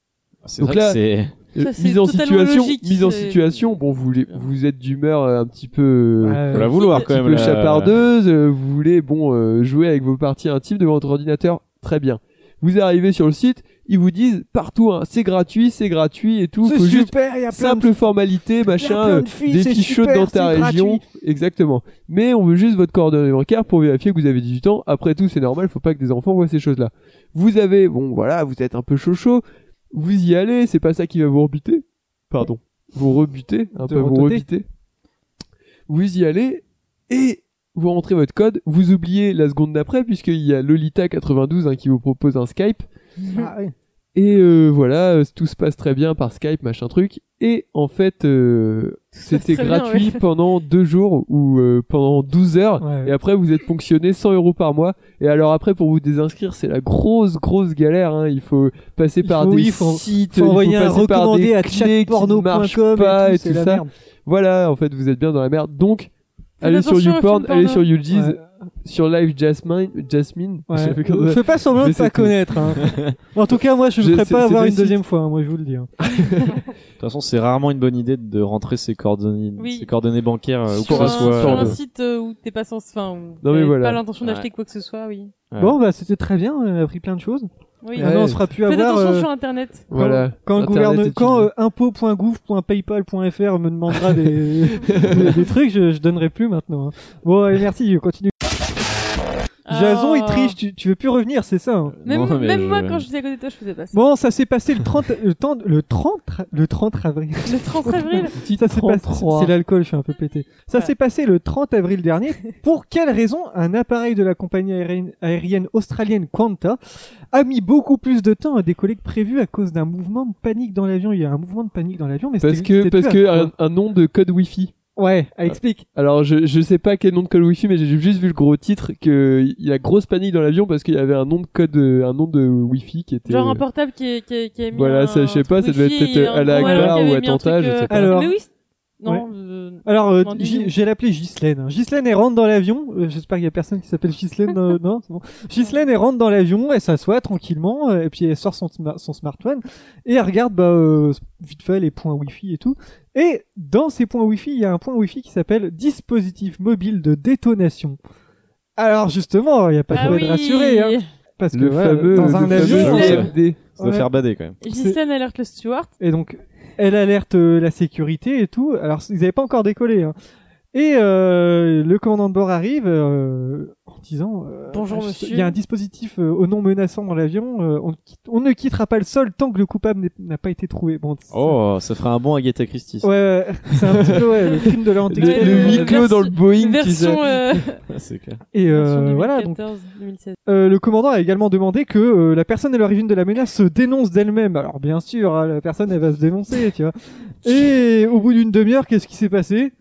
C'est
Donc
vrai que
là-
c'est.
Ça,
Euh,
c'est
mise en
totalement
situation,
logique,
mise en
c'est-
situation. Bon, vous voulez- vous êtes d'humeur euh, un petit peu. euh,
Faut
Ouais.
la vouloir quand
petit
même.
peu
la-
chapardeuse, euh, vous voulez bon euh, jouer avec vos parties intimes devant votre ordinateur, très bien. Vous arrivez sur le site, ils vous disent partout hein, c'est gratuit, c'est gratuit et tout,
C'est
faut juste
super, il y a plein de
simple formalité, machin,
plein
euh,
de filles,
des
c'est
fiches chaudes
super,
dans ta
c'est
région, exactement. Mais on veut juste votre coordonnée bancaire pour vérifier que vous avez 18 ans. Après tout, c'est normal, faut pas que des enfants voient ces choses-là. Vous avez bon voilà, vous êtes un peu chaud chaud, vous y allez, c'est pas ça qui va vous rebuter. Pardon. Vous rebutez, un
De
peu vous
retoter.
rebutez. Vous y allez et vous rentrez votre code, vous oubliez la seconde d'après puisqu'il y a Lolita92 hein, qui vous propose un Skype
Ah ouais.
et euh, voilà, euh, tout se passe très bien par Skype, machin truc. Et en fait, euh, c'était
très bien,
gratuit pendant deux jours ou euh, pendant 12 heures.
Ouais.
Et après, vous êtes ponctionné 100 euros par mois. Et alors après, pour vous désinscrire, c'est la grosse, grosse galère. hein. Il faut passer
Il
par
faut-
des
oui, faut-
sites,
Faut
il faut
envoyer un
passer par
recommandé
des
à
clés qui ne marchent
chatporno.com
pas et tout,
c'est la
ça.
merde.
Voilà, en fait, vous êtes bien dans la merde. Donc,
Faites
allez sur
attention aux
YouPorn,
films
allez
porno.
sur YouJizz,
Ouais.
sur Live Jasmine, Jasmine.
Ouais.
Je sais pas comment-
Euh, Fais pas semblant de
Mais c'est
pas
tout.
connaître. hein. en tout cas, moi, je ne
Je-
voudrais
c'est-
pas
c'est
avoir
des
une deuxième fois. hein, moi, je vous le dis. hein.
De toute façon, c'est rarement une bonne idée de rentrer ses coordonnées,
Oui.
ses coordonnées bancaires euh, où que
sur,
ce
un,
soit.
sur un
euh,
site euh, où t'es pas sans fin, où
mais
t'avais
voilà.
pas l'intention d'acheter
Ouais.
quoi que ce soit, oui.
Ouais.
Bon, bah, c'était très bien. On a appris plein de choses.
oui.
Ah
Maintenant, on se fera plus
Faites
avoir.
attention
euh,
sur internet.
quand-
Voilà.
Quand, le
Internet
gouvernement,
est
quand
une-
euh, impôt.gouv.paypal.fr me demandera des, des, des trucs, je, je donnerai plus maintenant. hein. Bon, allez, merci. Je continue. Jason, il
Ah.
triche. Tu, tu veux plus revenir, c'est ça. hein.
Euh,
Même,
Non, mais
même
je-
moi, quand je suis à côté de toi, je faisais pas ça.
Bon, ça s'est passé le 30, le temps, le 30, le 30 avril.
Le 30 avril,
Petit
Ça s'est passé,
33.
c'est l'alcool, je suis un peu pété. Ça
Ouais.
s'est passé le 30 avril dernier. Pour quelle raison un appareil de la compagnie aérienne, aérienne australienne Qanta a mis beaucoup plus de temps à décoller que prévu à cause d'un mouvement de panique dans l'avion Il y a un mouvement de panique dans l'avion, mais
Parce
c'était-
que,
c'était
parce
plus
que euh,
à-
un, un nom de code Wi-Fi.
ouais,
Euh,
elle explique.
Alors, je, je sais pas quel nom de code Wi-Fi, mais j'ai juste vu le gros titre que il y a grosse panique dans l'avion parce qu'il y avait un nom de code, euh, un nom de Wi-Fi qui était.
genre un portable qui est, qui est, qui est mis
euh, Voilà,
un
ça, je sais pas, ça
truc
devait
wifi
être euh,
et un
à la
gros malin
gare
qui
ou
avait
à
mis un
Tanta,
truc,
je sais
euh,
pas.
Alors-
Mais oui, c'est- non. euh,
Alors, euh,
Demandez-nous.
J- j'ai l'appelé Ghislaine. hein. Ghislaine, elle rentre dans l'avion. Euh, J'espère qu'il y a personne qui s'appelle Ghislaine. euh, non, c'est bon. Ghislaine, elle rentre dans l'avion, elle s'assoit tranquillement, euh, et puis elle sort son, sma- son smartphone, et elle regarde bah, euh, vite fait les points Wi-Fi et tout. Et dans ces points Wi-Fi, il y a un point Wi-Fi qui s'appelle dispositif mobile de détonation. Alors justement, il n'y a pas de
Ah
quoi
oui.
de rassurer, hein, parce que
le
voilà,
fameux,
dans un
le
avion,
fameux
c'est-
JMD.
Ça doit
Ouais.
faire bader quand même.
Ghislaine alerte le steward.
Et donc, elle alerte euh, la sécurité et tout. Alors, ils n'avaient pas encore décollé. hein. Et euh, le commandant de bord arrive euh, en disant euh,
Bonjour,
je-
monsieur.
Il y a un dispositif euh, au nom menaçant dans l'avion. euh, on, quitte- on ne quittera pas le sol tant que le coupable n'est- n'a pas été trouvé. Bon, c'est-
Oh, ça ferait un bon Agatha Christie.
ouais,
ça.
ouais, c'est un petit peu ouais, le crime de la honte
Le,
Ouais,
le
le-
huis clos dans le Boeing qui s'est-
Version, euh,
Ouais, c'est clair.
Et euh,
version 2014,
voilà, donc
2016.
Euh, le commandant a également demandé que euh, la personne à l'origine de la menace se dénonce d'elle-même. Alors bien sûr, hein, la personne elle va se dénoncer, tu vois. Et au bout d'une demi-heure, qu'est-ce qui s'est passé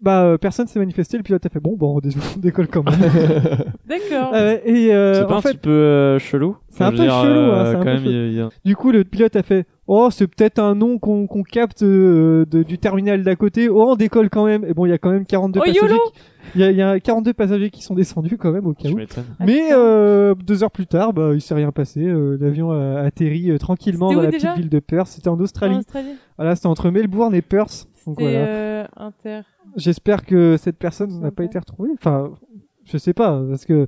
Bah euh, personne s'est manifesté. Le pilote a fait bon, bon, on, dé- on décolle quand même.
D'accord.
Ah ouais, et euh,
c'est pas
en
un
fait,
petit peu euh, chelou
C'est un
Je
peu
veux dire, euh,
chelou, hein, c'est un
quand
peu
même,
chelou.
il y a- il
du coup, le pilote a fait oh, c'est peut-être un nom qu'on qu'on capte euh, de- du terminal d'à côté. Oh, on décolle quand même. Et bon, il y a quand même 42
Oh,
passagers.
YOLO
qui- Il y, a- il y a 42 passagers qui sont descendus quand même au cas
y a-
où.
je m'étonne.
Mais euh, deux heures plus tard, bah, il s'est rien passé. euh, L'avion a atterri euh, tranquillement
C'était
dans la
où déjà
petite ville de Perth. C'était en
En
Australie.
Australie.
Voilà, c'était entre Melbourne et Perth. Donc
C'était
voilà.
euh, Inter.
J'espère que cette personne n'a
sympa.
pas été retrouvée. Enfin, je sais pas, parce que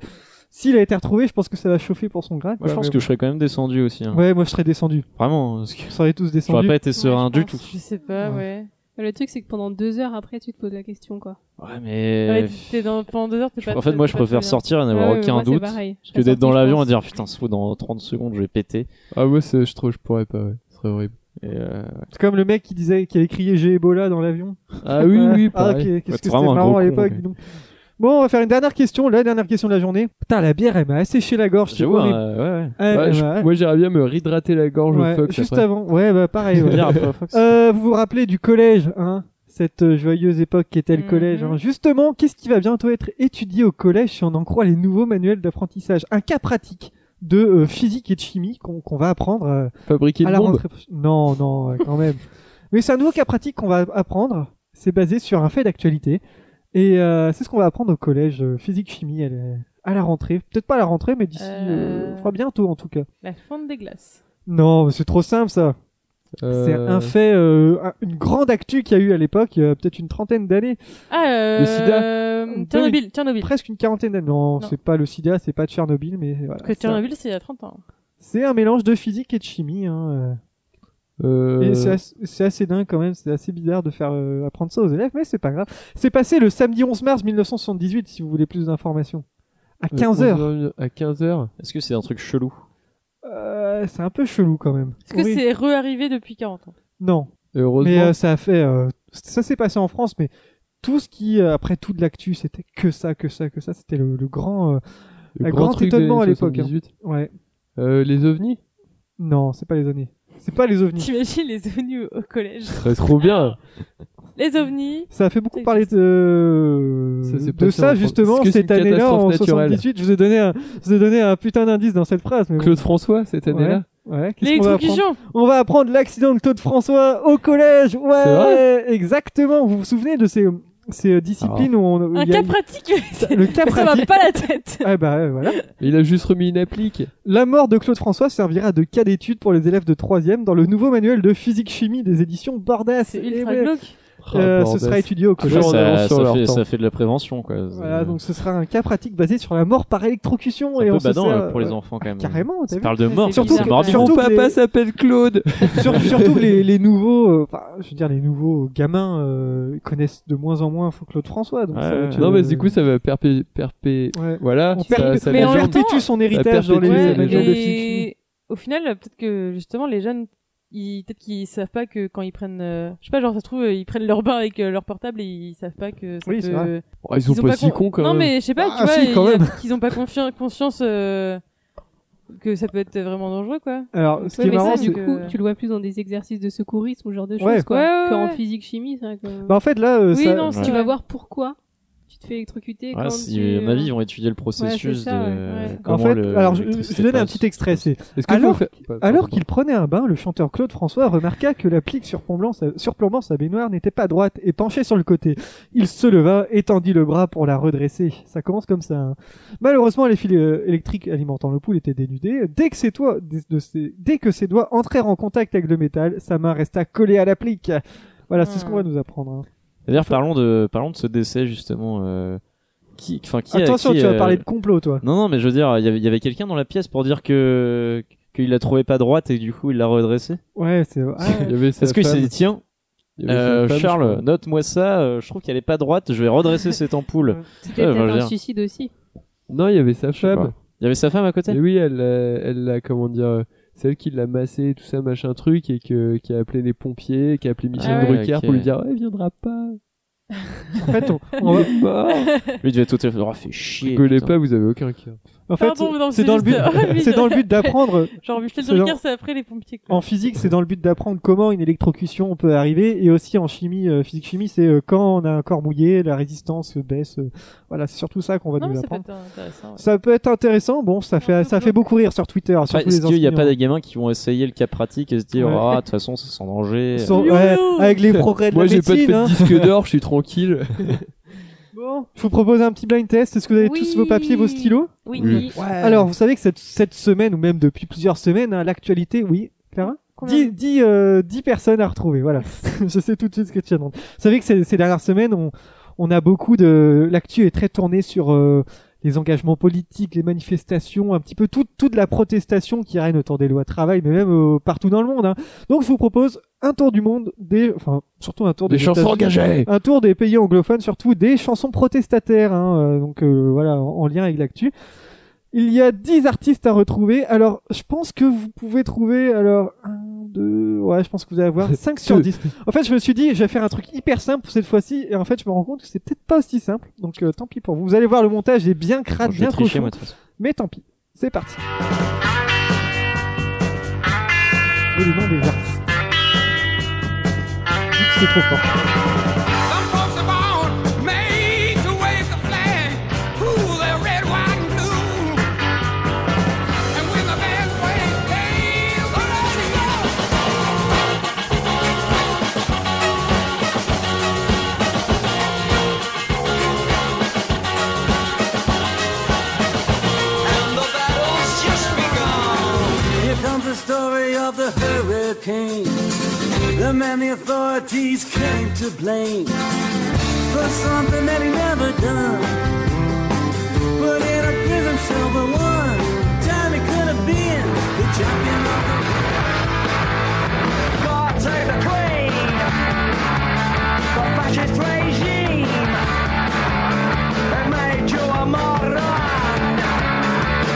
S'il a été retrouvé, je pense que ça va chauffer pour son grade.
Moi, je
quoi,
pense
mais
que je serais quand même descendu aussi. hein.
bon. Ouais, moi je serais descendu.
Vraiment, hein, parce que
On serait tous
j'aurais
descendus.
pas été serein
je
du tout.
pense, Je sais pas, ouais.
Mais Le truc, c'est que pendant deux heures après, tu te poses la question, quoi.
Ouais, mais.
Ouais, t'es dans, pendant deux heures, t'es pas
en fait,
t'es
moi, je
pas très
préfère
bien.
sortir et n'avoir
Ah ouais, mais
aucun
moi, c'est
doute
pareil. Je
que
serais
d'être dans
sortie, je
l'avion et
pense.
dire putain, se fout dans 30 secondes, je vais péter.
Ah ouais, c'est- je trouve, je pourrais pas, ouais. Ce serait horrible.
Et, euh,
C'est comme le mec qui disait, qui avait crié j'ai Ebola dans l'avion.
Ah oui,
Ouais.
oui,
Ah,
pareil.
ok,
Ouais,
Qu'est-ce que
t'es
c'était
vraiment un
marrant
gros
à
con,
l'époque.
ouais.
dis donc. Bon, on va faire une dernière question, la dernière question de la journée. Putain, la bière, elle m'a asséché la gorge. c'est
J'avoue,
horrible.
hein, ouais, ouais.
Ouais,
Ouais, je-
ouais.
Moi, j'aimerais bien me réhydrater la gorge
Ouais,
au Fox
juste
après.
avant. Ouais, bah pareil. ouais.
Dire après au Fox.
Euh, vous vous rappelez du collège, hein Cette euh, joyeuse époque qu'était le collège.
Mhm.
hein. Justement, qu'est-ce qui va bientôt être étudié au collège si on en croit les nouveaux manuels d'apprentissage Un cas pratique de euh, physique et de chimie qu'on qu'on va apprendre euh,
Fabriquer
à
le
la
monde.
rentrée. prochaine. Non, non, euh, quand même. Mais c'est un nouveau cas pratique qu'on va apprendre. C'est basé sur un fait d'actualité. Et euh, c'est ce qu'on va apprendre au collège euh, physique-chimie à la- à la rentrée. Peut-être pas à la rentrée, mais d'ici... euh,
Euh.
enfin, bientôt en tout cas.
La fonte des glaces.
Non, mais c'est trop simple ça. C'est
Euh,
un fait, euh, un- une grande actu qu'il y a eu à l'époque, il y a peut-être une trentaine d'années,
Ah, euh,
Le sida.
euh, Tchernobyl, Tchernobyl.
presque une quarantaine d'années. Non,
Non.
c'est pas le sida, c'est pas Tchernobyl, mais voilà.
Parce que
C'est un-
Tchernobyl, c'est il y a 30 ans.
C'est un mélange de physique et de chimie. Hein. euh.
euh,
Et c'est assez, c'est assez dingue quand même, c'est assez bizarre de faire euh, apprendre ça aux élèves, mais c'est pas grave. C'est passé le samedi 11 mars 1978, si vous voulez plus d'informations. À 15h.
euh, À 15h
Est-ce que c'est un truc chelou
Euh, c'est un peu chelou quand même.
Est-ce que
Oui.
c'est re-arrivé depuis 40 ans
Non.
Heureusement.
Mais euh, ça a fait, euh, ça s'est passé en France, mais tout ce qui, euh, après tout de l'actu, c'était que ça, que ça, que ça, c'était le, le grand, euh,
le
un
grand,
grand
truc des
étonnement à
années
l'époque, hein.
78.
ouais,
Euh, les ovnis
non, c'est pas les ovnis, c'est pas les ovnis.
T'imagines les ovnis au au collège
Très Bah, trop bien.
Les ovnis
Ça a fait beaucoup parler de,
Ça s'est
de
passé en
ça
France.
justement
Est-ce que c'est
cette
une
année-là en
catastrophe naturelle
78. Je vous ai donné un, je vous ai donné un putain d'indice dans cette phrase, mais bon.
Claude François cette année-là.
Ouais, qu'est-ce qu'on va apprendre
L'électrocution
On va apprendre l'accident de Claude François au collège.
C'est
Ouais, exactement. Vous vous souvenez de ces, ces euh, disciplines où on, où
Un
il y a-
cas pratique c'est-
le cas
Ça va
pratique.
pas la tête
Ah bah euh, voilà.
Il a juste remis une applique.
La mort de Claude François servira de cas d'étude pour les élèves de 3 dans le nouveau manuel de physique-chimie des éditions Bordas.
C'est
Eh
ultra
ouais.
glauque
Euh,
Ah, euh,
ce
bordel.
sera étudié au collège.
Toujours en
ça,
avance sur
ça
leur
fait,
temps.
ça fait de la prévention, quoi.
Voilà,
C'est-
donc ce sera un cas pratique basé sur la mort par électrocution.
Mmh. c'est
et
un
on
peu
se
badant
sert-
euh, pour les
ouais.
enfants, quand même.
Carrément, t'as
Ça
vu
parle de
C'est
mort,
surtout
c'est
que-
mort vivant.
Mon
Surtout que
papa
les-
s'appelle Claude.
Sur- surtout que les, les nouveaux, euh, enfin, je veux dire, les nouveaux gamins euh, connaissent de moins en moins Claude François. Donc
Ouais,
ça va
ouais.
être,
Non mais
euh,
du coup ça va perpé perpé.
ouais.
Voilà.
on
ça-
perd-
ça
mais on
légende.
même temps,
perpétue son héritage
perpétue
dans les,
les
les
Ouais,
légendes
gens de physique-chimie.
et au final, euh, peut-être que justement, les jeunes, ils- peut-être qu'ils savent pas que quand ils prennent, euh, je sais pas, genre ça se trouve, ils prennent leur bain avec euh, leur portable et ils savent pas que ça
Oui,
peut-
c'est vrai.
Oh, ils sont pas, si
con-
cons quand
Non,
même.
mais je sais pas,
Ah, si,
tu
quand
vois, ils-
même.
qu'ils ont pas confi- conscience euh, que ça peut être vraiment dangereux, quoi.
Alors, ce qui est
mais ça,
marrant,
du
c'est
que-
coup, tu le vois plus dans des exercices de secourisme ou ce genre de choses,
Ouais.
quoi.
Ouais, ouais,
Qu'en
ouais.
physique chimie, c'est vrai que.
Bah, en fait là, euh,
oui,
ça-
non, c'est
Ouais.
tu
vrai.
vas voir pourquoi tu te fais électrocuter
Ouais,
quand
si,
tu.
à mon avis, ils vont étudier le processus
ça, ouais,
de
ouais.
en
comment
fait,
le-
alors je, je
l'électricité
donne un
passe.
petit extrait. C'est
Est-ce qu'il faut
Alors-
faire-
Alors qu'il prenait un bain, le chanteur Claude François remarqua que la plique surplombant sa, surplombant sa baignoire n'était pas droite et penchée sur le côté. Il se leva, étendit le bras pour la redresser. Ça commence comme ça. hein. Malheureusement, les fils euh, électriques alimentant le pool étaient dénudés. Dès que, ses doigts, de- de ses- dès que ses doigts entrèrent en contact avec le métal, sa main resta collée à la plique. Voilà, c'est ce qu'on va nous apprendre. hein.
D'ailleurs, parlons de, parlons de ce décès, justement. euh, qui, enfin, qui a-
Attention,
qui,
tu vas
euh,
parler de complot, toi.
Non, non, mais je veux dire, il y avait, il y avait quelqu'un dans la pièce pour dire que qu'il la trouvait pas droite et du coup il l'a redressée. Euh,
Ouais, c'est... ah,
Il y avait sa
Est-ce qu'il s'est
femme-
dit tiens,
il y avait sa
euh,
femme, je
Charles,
crois.
note-moi ça, euh, je trouve qu'elle est pas droite, je vais redresser cette ampoule.
C'était
Ouais,
peut-être
voilà.
un suicide aussi.
Non, il y avait sa
sais
femme.
pas. Il y avait sa femme à côté.
Et oui, elle, euh, elle l'a, comment dire, euh, celle qui l'a massé, et tout ça, machin truc, et que, qui a appelé les pompiers, qui a appelé Michel
Ah ouais,
Drucker
ok.
pour lui dire, ouais, il viendra pas,
en fait, on, on
il
va-
est mort.
Lui il devait tout à fait. Oh, fait chier.
Rigolez
putain.
pas, vous avez aucun cœur.
en fait,
Pardon, non,
c'est
c'est
dans le but,
juste- oh, oui,
c'est dans le
je-
but d'apprendre
Genre, Michel
C'est
Drucker,
genre-
c'est après les pompiers, quoi.
En physique, c'est dans le but d'apprendre comment une électrocution peut arriver, et aussi en chimie, euh, physique-chimie, c'est euh, quand on a un corps mouillé, la résistance euh, baisse. euh, voilà, c'est surtout ça qu'on va
Non, mais
nous
ça peut
apprendre.
être intéressant. ouais.
Ça peut être intéressant. Bon, ça fait
peu
ça
glauque.
fait beaucoup rire sur Twitter,
Après,
surtout
Est-ce
les
qu'il y a pas
enseignants.
des gamins qui vont essayer le cas pratique et se dire
Ouais.
ah de toute façon c'est sans danger. euh,
Sans-
Youhou
ouais, avec les progrès de
Moi,
la
j'ai pas de
médecine.
fait de
hein.
disque d'or, je suis tranquille.
Bon, je vous propose un petit blind test. Est-ce que vous avez tous vos papiers, vos stylos
Oui.
Oui.
Euh.
Alors, vous savez que cette, cette semaine ou même depuis plusieurs semaines, hein, l'actualité, oui, Clara
Combien
10, euh, personnes à retrouver, voilà. je sais tout de suite ce que tu demandes. Vous savez que ces, ces dernières semaines, on, on a beaucoup de... L'actu est très tournée sur euh, les engagements politiques, les manifestations, un petit peu toute toute la protestation qui règne autour des lois travail, mais même euh, partout dans le monde. hein. Donc je vous propose un tour du monde des, enfin surtout un tour
Des chansons
États-Unis.
engagées.
un tour des pays anglophones, surtout des chansons protestataires. hein, euh, donc euh, voilà, en, en lien avec l'actu. Il y a 10 artistes à retrouver. Alors, je pense que vous pouvez trouver, alors, 1, 2, ouais, je pense que vous allez avoir 5 sur
Deux.
10. En fait, je me suis dit, je vais faire un truc hyper simple pour cette fois-ci, et en fait, je me rends compte que c'est peut-être pas aussi simple. Donc, euh, tant pis pour vous. Vous allez voir, le montage est bien crade,
Bon, je vais
bien trop
tricher, moi, de toute façon.
mais tant pis, c'est parti. Et le nom des artistes. Oups, C'est trop fort.
Made to wave the flag, ooh, they're red, white, and blue. And when the band plays, they And the battle's just begun. Here comes the story of the hurricane. The man the authorities came to blame for something that he never done. But in a prison cell, the one time he could have been the champion of the God save the queen, the fascist regime. They made you a moron,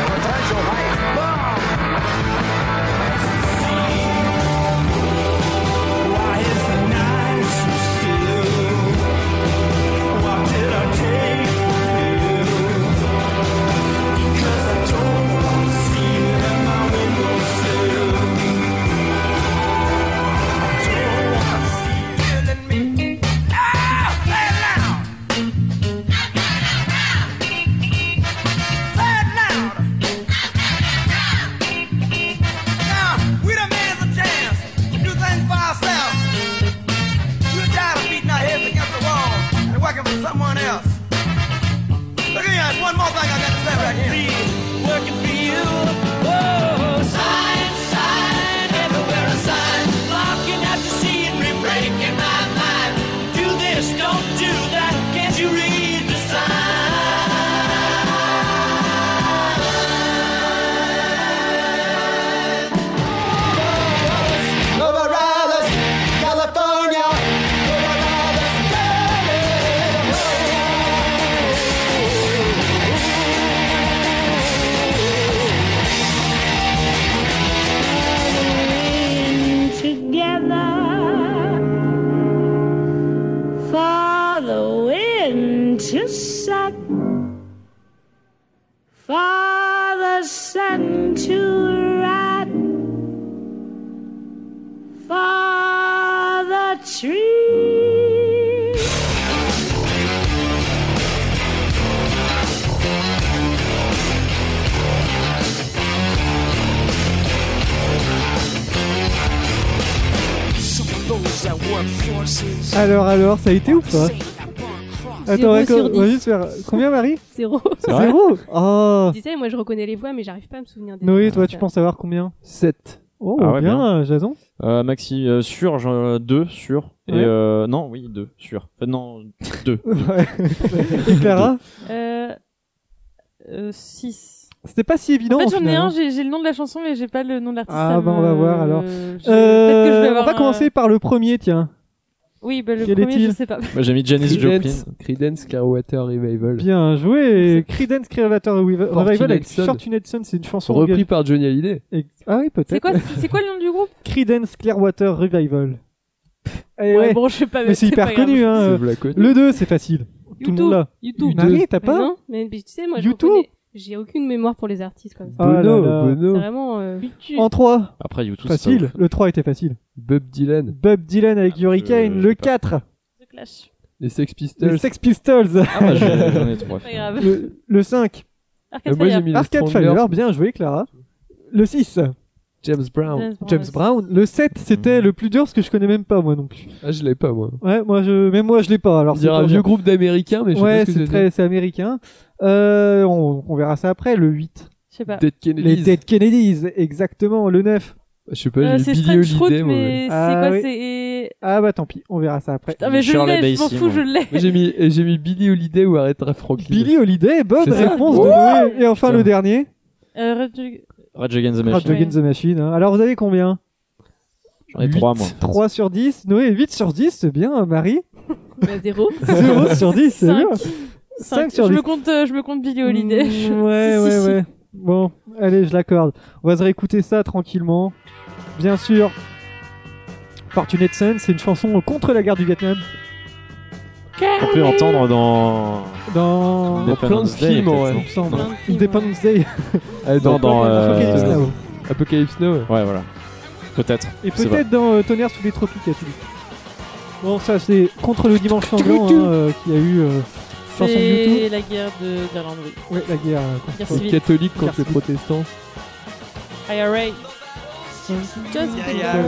potential hate bomb. Why is the night so still? What did I take from you? Because I don't want to see you in my windowsill. I don't want to see you in me. Ah, play it loud. Play it loud. Now, we done made the chance to do things by ourselves. We're tired of beating our heads against the wall and working for someone else. Look at you, one more thing I got to say right here. Working for you. Whoa, sign, sign, everywhere a sign. Locking out to see it, breaking my mind. Do this, don't do that. Can't you read the sign? Overriders, California.
together for the wind to set, for the sun to rise, for the trees.
Alors, alors, ça a été ou pas Attends,
Zéro
ouais,
sur
on
dix.
va juste faire. Combien, Marie
Zéro.
vrai
Zéro Oh
Je disais, moi je reconnais les voix, mais j'arrive pas à me souvenir des
Noé,
noms.
toi, tu penses avoir combien
7.
Oh,
Ah ouais,
bien, Jason.
Euh, Maxi, euh, sûr, genre, 2, sûr. Et
Ouais.
euh, non, oui, 2, sûr. Enfin, non, 2.
Ouais. Et Clara
Euh. 6.
C'était pas si évident.
En fait,
au
j'en ai
final, hein.
un, j'ai j'ai le nom de la chanson, mais j'ai pas le nom de l'artiste.
Ah,
ça
bah, on
me-
va voir, alors.
je- Peut-être que je vais
Euh, on
avoir
va
un-
commencer par le premier, tiens.
Oui, bah, le
Quel
premier, je
est-il
sais pas.
Moi, j'ai mis Janis Joplin.
Creedence, Creedence Clearwater Revival.
Bien joué. Creedence Clearwater Revival
Fortune
Revival avec
Hudson.
Fortune Hudson, c'est une chanson
Repris
anglaise.
par Johnny Hallyday.
Et- Ah oui,
C'est
peut-être.
quoi, c'est quoi le nom du groupe
Creedence Clearwater Revival. Eh
Ouais,
ouais.
Bon, je sais pas.
Mais c'est hyper
pas grave.
connu, hein.
C'est
euh,
Black Hole.
Le 2, c'est facile. Tout le
U2.
monde là.
YouTube.
Marie, t'as
Mais
pas
non, mais, mais tu sais, moi je
YouTube
reconnais- j'ai aucune mémoire pour les artistes comme ça.
Ah là
Bono,
là.
C'est
Bono,
vraiment. euh,
En 3,
Après, YouTube, c'est pas
facile.
ouf.
Le 3 était facile.
Bob Dylan,
Bob Dylan avec
Ah,
Hurricane.
euh,
Le
j'ai pas.
4,
The Clash.
les Sex
les
Pistols.
Sex Pistols.
Ah, bah, j'ai- j'en ai 3.
Pas grave.
Le, le 5,
Arcade
Euh, moi j'ai
Fire.
mis les
Arcade
Stranglers,
Fire. Bien joué, Clara. Le 6,
James Brown.
James Brown.
James Brown. Le 7,
Mhm.
c'était le plus dur parce que je connais même pas moi non plus.
Ah, je l'ai pas moi.
Ouais, moi je, même moi je l'ai pas. Alors
On dirait
pas
un
bien.
vieux groupe d'américains, mais je sais
Ouais,
pas ce que
c'est
c'était.
très, c'est américain. Euh, on, on verra ça après. Le 8,
Je sais pas.
Dead Kennedys. Ah,
les Dead Kennedys. Exactement. Le 9,
Je sais pas,
Euh,
j'ai
c'est
Billy
Strange Fruit,
Holiday, moi.
mais c'est
Ah
quoi
oui.
C'est.
Ah bah tant pis, on verra ça après.
Putain, mais je
Shirley
l'ai, je m'en
Bassey,
fous,
moi.
je l'ai.
Moi, J'ai mis, et j'ai mis Billy Holiday ou Aretha Franklin.
Billy Holiday, bonne
C'est ça.
réponse de
Ouais.
Noé. Et enfin
Putain.
le dernier,
Euh, Red Jug-
Rage Against the
Rage
Machine.
Against the Machine. hein. Alors vous avez combien
J'en ai trois, moi.
3 sur 10. Noé, 8 sur 10, c'est bien, euh, Marie.
Bah, zéro.
0 sur 10, c'est bien.
Cinq.
5 sur
je
10.
me compte, euh, je me compte Billy Holiday. Je-
Mm, ouais,
si,
ouais,
si, si.
ouais. Bon, allez, je l'accorde. On va se réécouter ça tranquillement. Bien sûr, Fortunate Son, c'est une chanson contre la guerre du Vietnam.
On peut entendre dans.
Dans.
Dans plein de films, ouais.
Il me semble. Independence Day.
Ah,
Non, dans.
Apocalypse
euh,
Now.
Apocalypse Now. ouais.
Ouais, voilà. Peut-être.
Et
Je sais pas.
peut-être dans euh, Tonnerre sous les tropiques, à Toulouse. Bon, ça, c'est contre le dimanche sanglant hein, euh, qu'il y a eu. euh, chanson de
C'est hein. la guerre de- d'Irlande, oui.
Oui, la guerre. euh, contre-
Guerre
Les
civile.
catholiques contre les
Merci.
protestants.
IRA. Just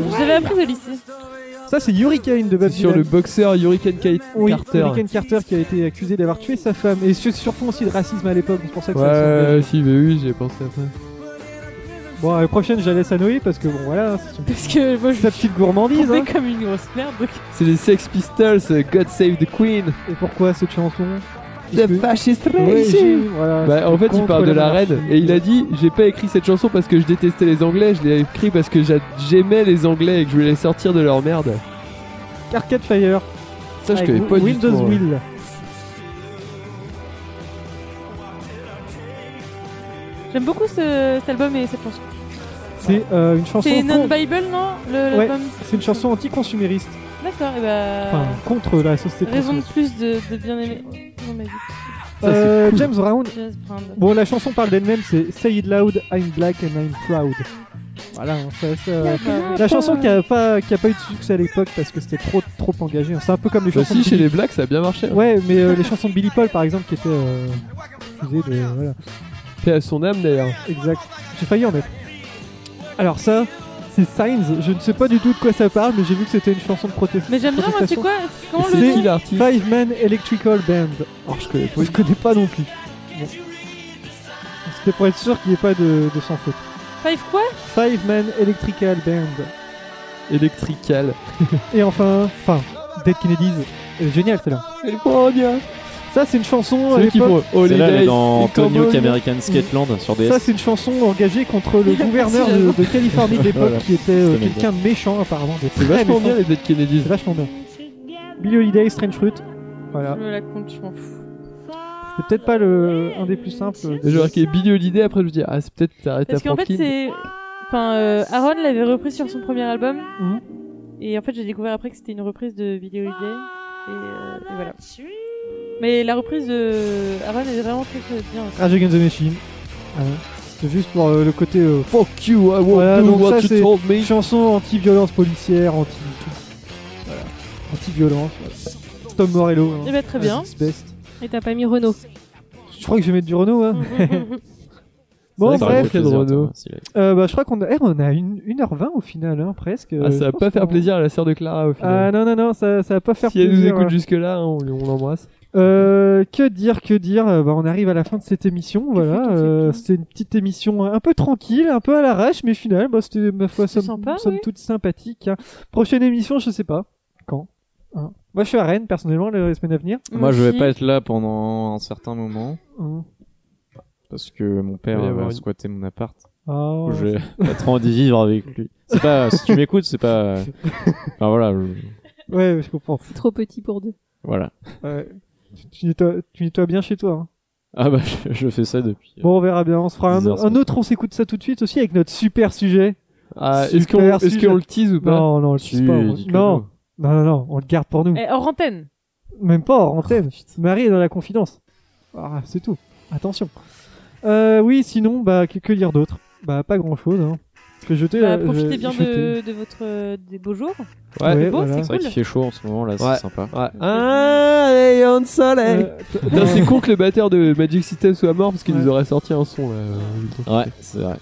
Vous avez appris au lycée.
Ça, c'est Hurricane de Bob
C'est sur
Dylan.
le boxeur Hurricane Kite
Oui,
Carter.
Hurricane Carter qui a été accusé d'avoir tué sa femme. Et sur, sur fond aussi de racisme à l'époque, c'est pour ça que ça a
Ouais, si, mais oui, j'ai pensé à ça.
Bon, la prochaine, je la laisse à Noé parce que bon, voilà, c'est son-
Parce que moi, je
sa petite gourmandise.
tombée
hein.
comme une grosse merde. donc-
C'est les Sex Pistols, euh, God Save the Queen.
Et pourquoi cette chanson
The
Puisque-
fascist
Ouais, j'ai-
regime.
voilà.
Bah, en fait, il
Contre
parle de la reine
monarchie.
et il a dit J'ai pas écrit cette chanson parce que je détestais les Anglais, je l'ai écrit parce que j'a- j'aimais les Anglais et que je voulais les sortir de leur merde.
Arcade Fire.
Ça, je
avec
connais pas du tout.
Windows
hein.
Will.
J'aime beaucoup ce, cet album et cette chanson.
C'est euh, une chanson.
C'est
con-
Non-Bible, non Le-
Ouais.
L'album
C'est une chanson anticonsumériste.
D'accord, et bah.
Enfin, contre la société.
raison de
consumériste.
plus de, de bien aimer. Oh, Non, mais vite,
Ça, c'est
Euh, James Brown.
Just Brand.
Bon, la chanson parle d'elle-même, c'est Say It Loud, I'm Black and I'm Proud. Voilà, hein, ça, ça- La chanson qui a, pas, qui a pas eu de succès à l'époque parce que c'était trop, trop engagé. hein. C'est un peu comme les
Bah,
chansons.
si,
de
chez
Billy-
les Blacks, ça a bien marché. hein.
Ouais, mais euh, les chansons de Billy Paul par exemple qui étaient. euh, fusées de, voilà.
Paix à son âme d'ailleurs.
Exact. J'ai failli en être. Alors ça, c'est Signs. Je ne sais pas du tout de quoi ça parle, mais j'ai vu que c'était une chanson de protestation.
Mais j'aime bien, moi, c'est quoi Comment
C'est-
le
C'est qui
nom
l'artiste
Five Man Electrical Band.
Oh, je connais pas.
Moi, je connais pas non plus. Bon. C'était pour être sûr qu'il n'y ait pas de, de sans faute.
Five quoi
Five Man Electrical Band.
Electrical.
Et enfin, enfin, Dead Kennedys. Euh, génial celle-là.
C'est le Colombien.
Ça, c'est une chanson. à
Ceux qui
l'époque-
font
C'est là, elle
Holiday.
est dans
in
Antonio
Cambodia.
American Skateland sur DS.
Ça, c'est une chanson engagée contre le gouverneur de,
j'avoue.
de Californie de l'époque
Voilà.
qui était euh,
C'était bien.
quelqu'un de méchant apparemment. de très
C'est vachement
méchant.
bien les Dead Kennedys.
C'est vachement bien. Billy Holiday, Strange Fruit.
Je
Voilà.
me la compte, je m'en fous.
C'est peut-être pas le un des plus simples. euh,
Et J'ai marqué Billy Holiday, après je me dis Ah, c'est peut-être t'arrêtes à
Parce qu'en fait,
Franklin.
c'est. Enfin, euh, Aaron l'avait repris sur son premier album.
Mhm.
Et en fait, j'ai découvert après que c'était une reprise de Billy Holiday. Et, euh, et voilà. Mais la reprise de Aaron est vraiment très très bien. aussi.
Rage Against Ah, the Machine. Voilà. C'était juste pour euh, le côté euh,
Fuck you, I won't
Voilà,
do
donc
what
ça,
you
c'est-
told me.
chanson anti-violence policière, anti tout. Voilà. Anti-violence. voilà. Tom Morello. hein.
Eh ben, très bien.
As it's best.
Et t'as pas mis Renault.
Je crois que je vais mettre du Renault. hein. bon,
Ça aurait
bref.
fait plaisir,
Renaud.
attends, s'il a-
euh, bah, je crois qu'on a, eh, on a une, 1h20 au final, hein, presque.
Ah, ça
Euh,
va
je
pas
pense
faire
qu'on-
plaisir à la sœur de Clara au
Ah
final.
non, non, non, ça, ça va pas faire
si elle
plaisir.
nous écoute
hein.
jusque-là, hein, on, on l'embrasse.
Euh, que dire, que dire euh, bah, On arrive à la fin de cette émission. Voilà,
fait, que fait,
euh,
que fait
c'était une petite émission un peu tranquille, un peu à l'arrache, mais finalement, bah, c'était ma foi
C'était
somme,
sympa,
somme
oui.
toute sympathique. hein. Prochaine émission, je sais pas quand. hein. Moi, je suis à Rennes personnellement la semaine à venir.
Moi, je vais
aussi.
pas être là pendant un certain moment
Hein.
parce que mon père
Il va y
euh,
avoir
va
une-
squatter mon appart.
Ah,
où J'ai pas trop envie de vivre avec lui. C'est pas si tu m'écoutes, c'est pas. Enfin voilà, je-
Ouais, je comprends.
C'est trop petit pour deux.
voilà.
Ouais. Tu- Tu nettoies, tu nettoies bien chez toi. hein.
Ah bah je, je fais ça depuis. euh,
Bon, on verra bien. On se fera un,
10 heures,
un autre. On s'écoute ça tout de suite aussi avec notre super sujet.
Ah,
Super
Est-ce qu'on est
sujet.
qu'on le tease ou pas
Non, non, on le
Tu-
pousse pas, on-
dis-le
Non, non, non, non, on le garde pour nous.
Eh, hors antenne.
Même pas hors
Oh,
antenne. Marie est dans la confidence. Ah, c'est tout. Attention. Euh, oui, sinon, bah, que, que dire d'autre Bah, pas grand chose. Hein. Je vais jeter.
Bah,
euh, je
profitez
vais
bien
jeter.
de, de votre euh, des beaux jours.
Ouais,
Ouais,
c'est beau,
voilà.
C'est vrai qu'il fait chaud en ce moment là,
Ouais.
c'est sympa.
Ouais. Ah, rayon de soleil
Euh, t-
Putain, C'est con que le batteur de Magic System soit mort parce qu'il
Ouais.
nous aurait sorti un son là. euh,
Ouais, c'est vrai.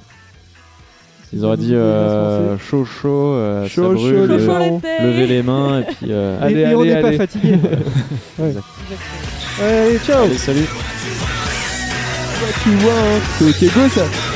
Ils auraient dit euh, chaud chaud, euh, ça
Chaud, chaud,
brûle,
les
euh,
gens.
Bonjour
Laurent,
les têtes.
lever les mains et puis. euh,
Et,
allez,
et on
allez,
n'est pas
allez.
fatigué. ouais. Euh, Allez, ciao
allez salut.
Tu vois, hein, c'est au Kego ça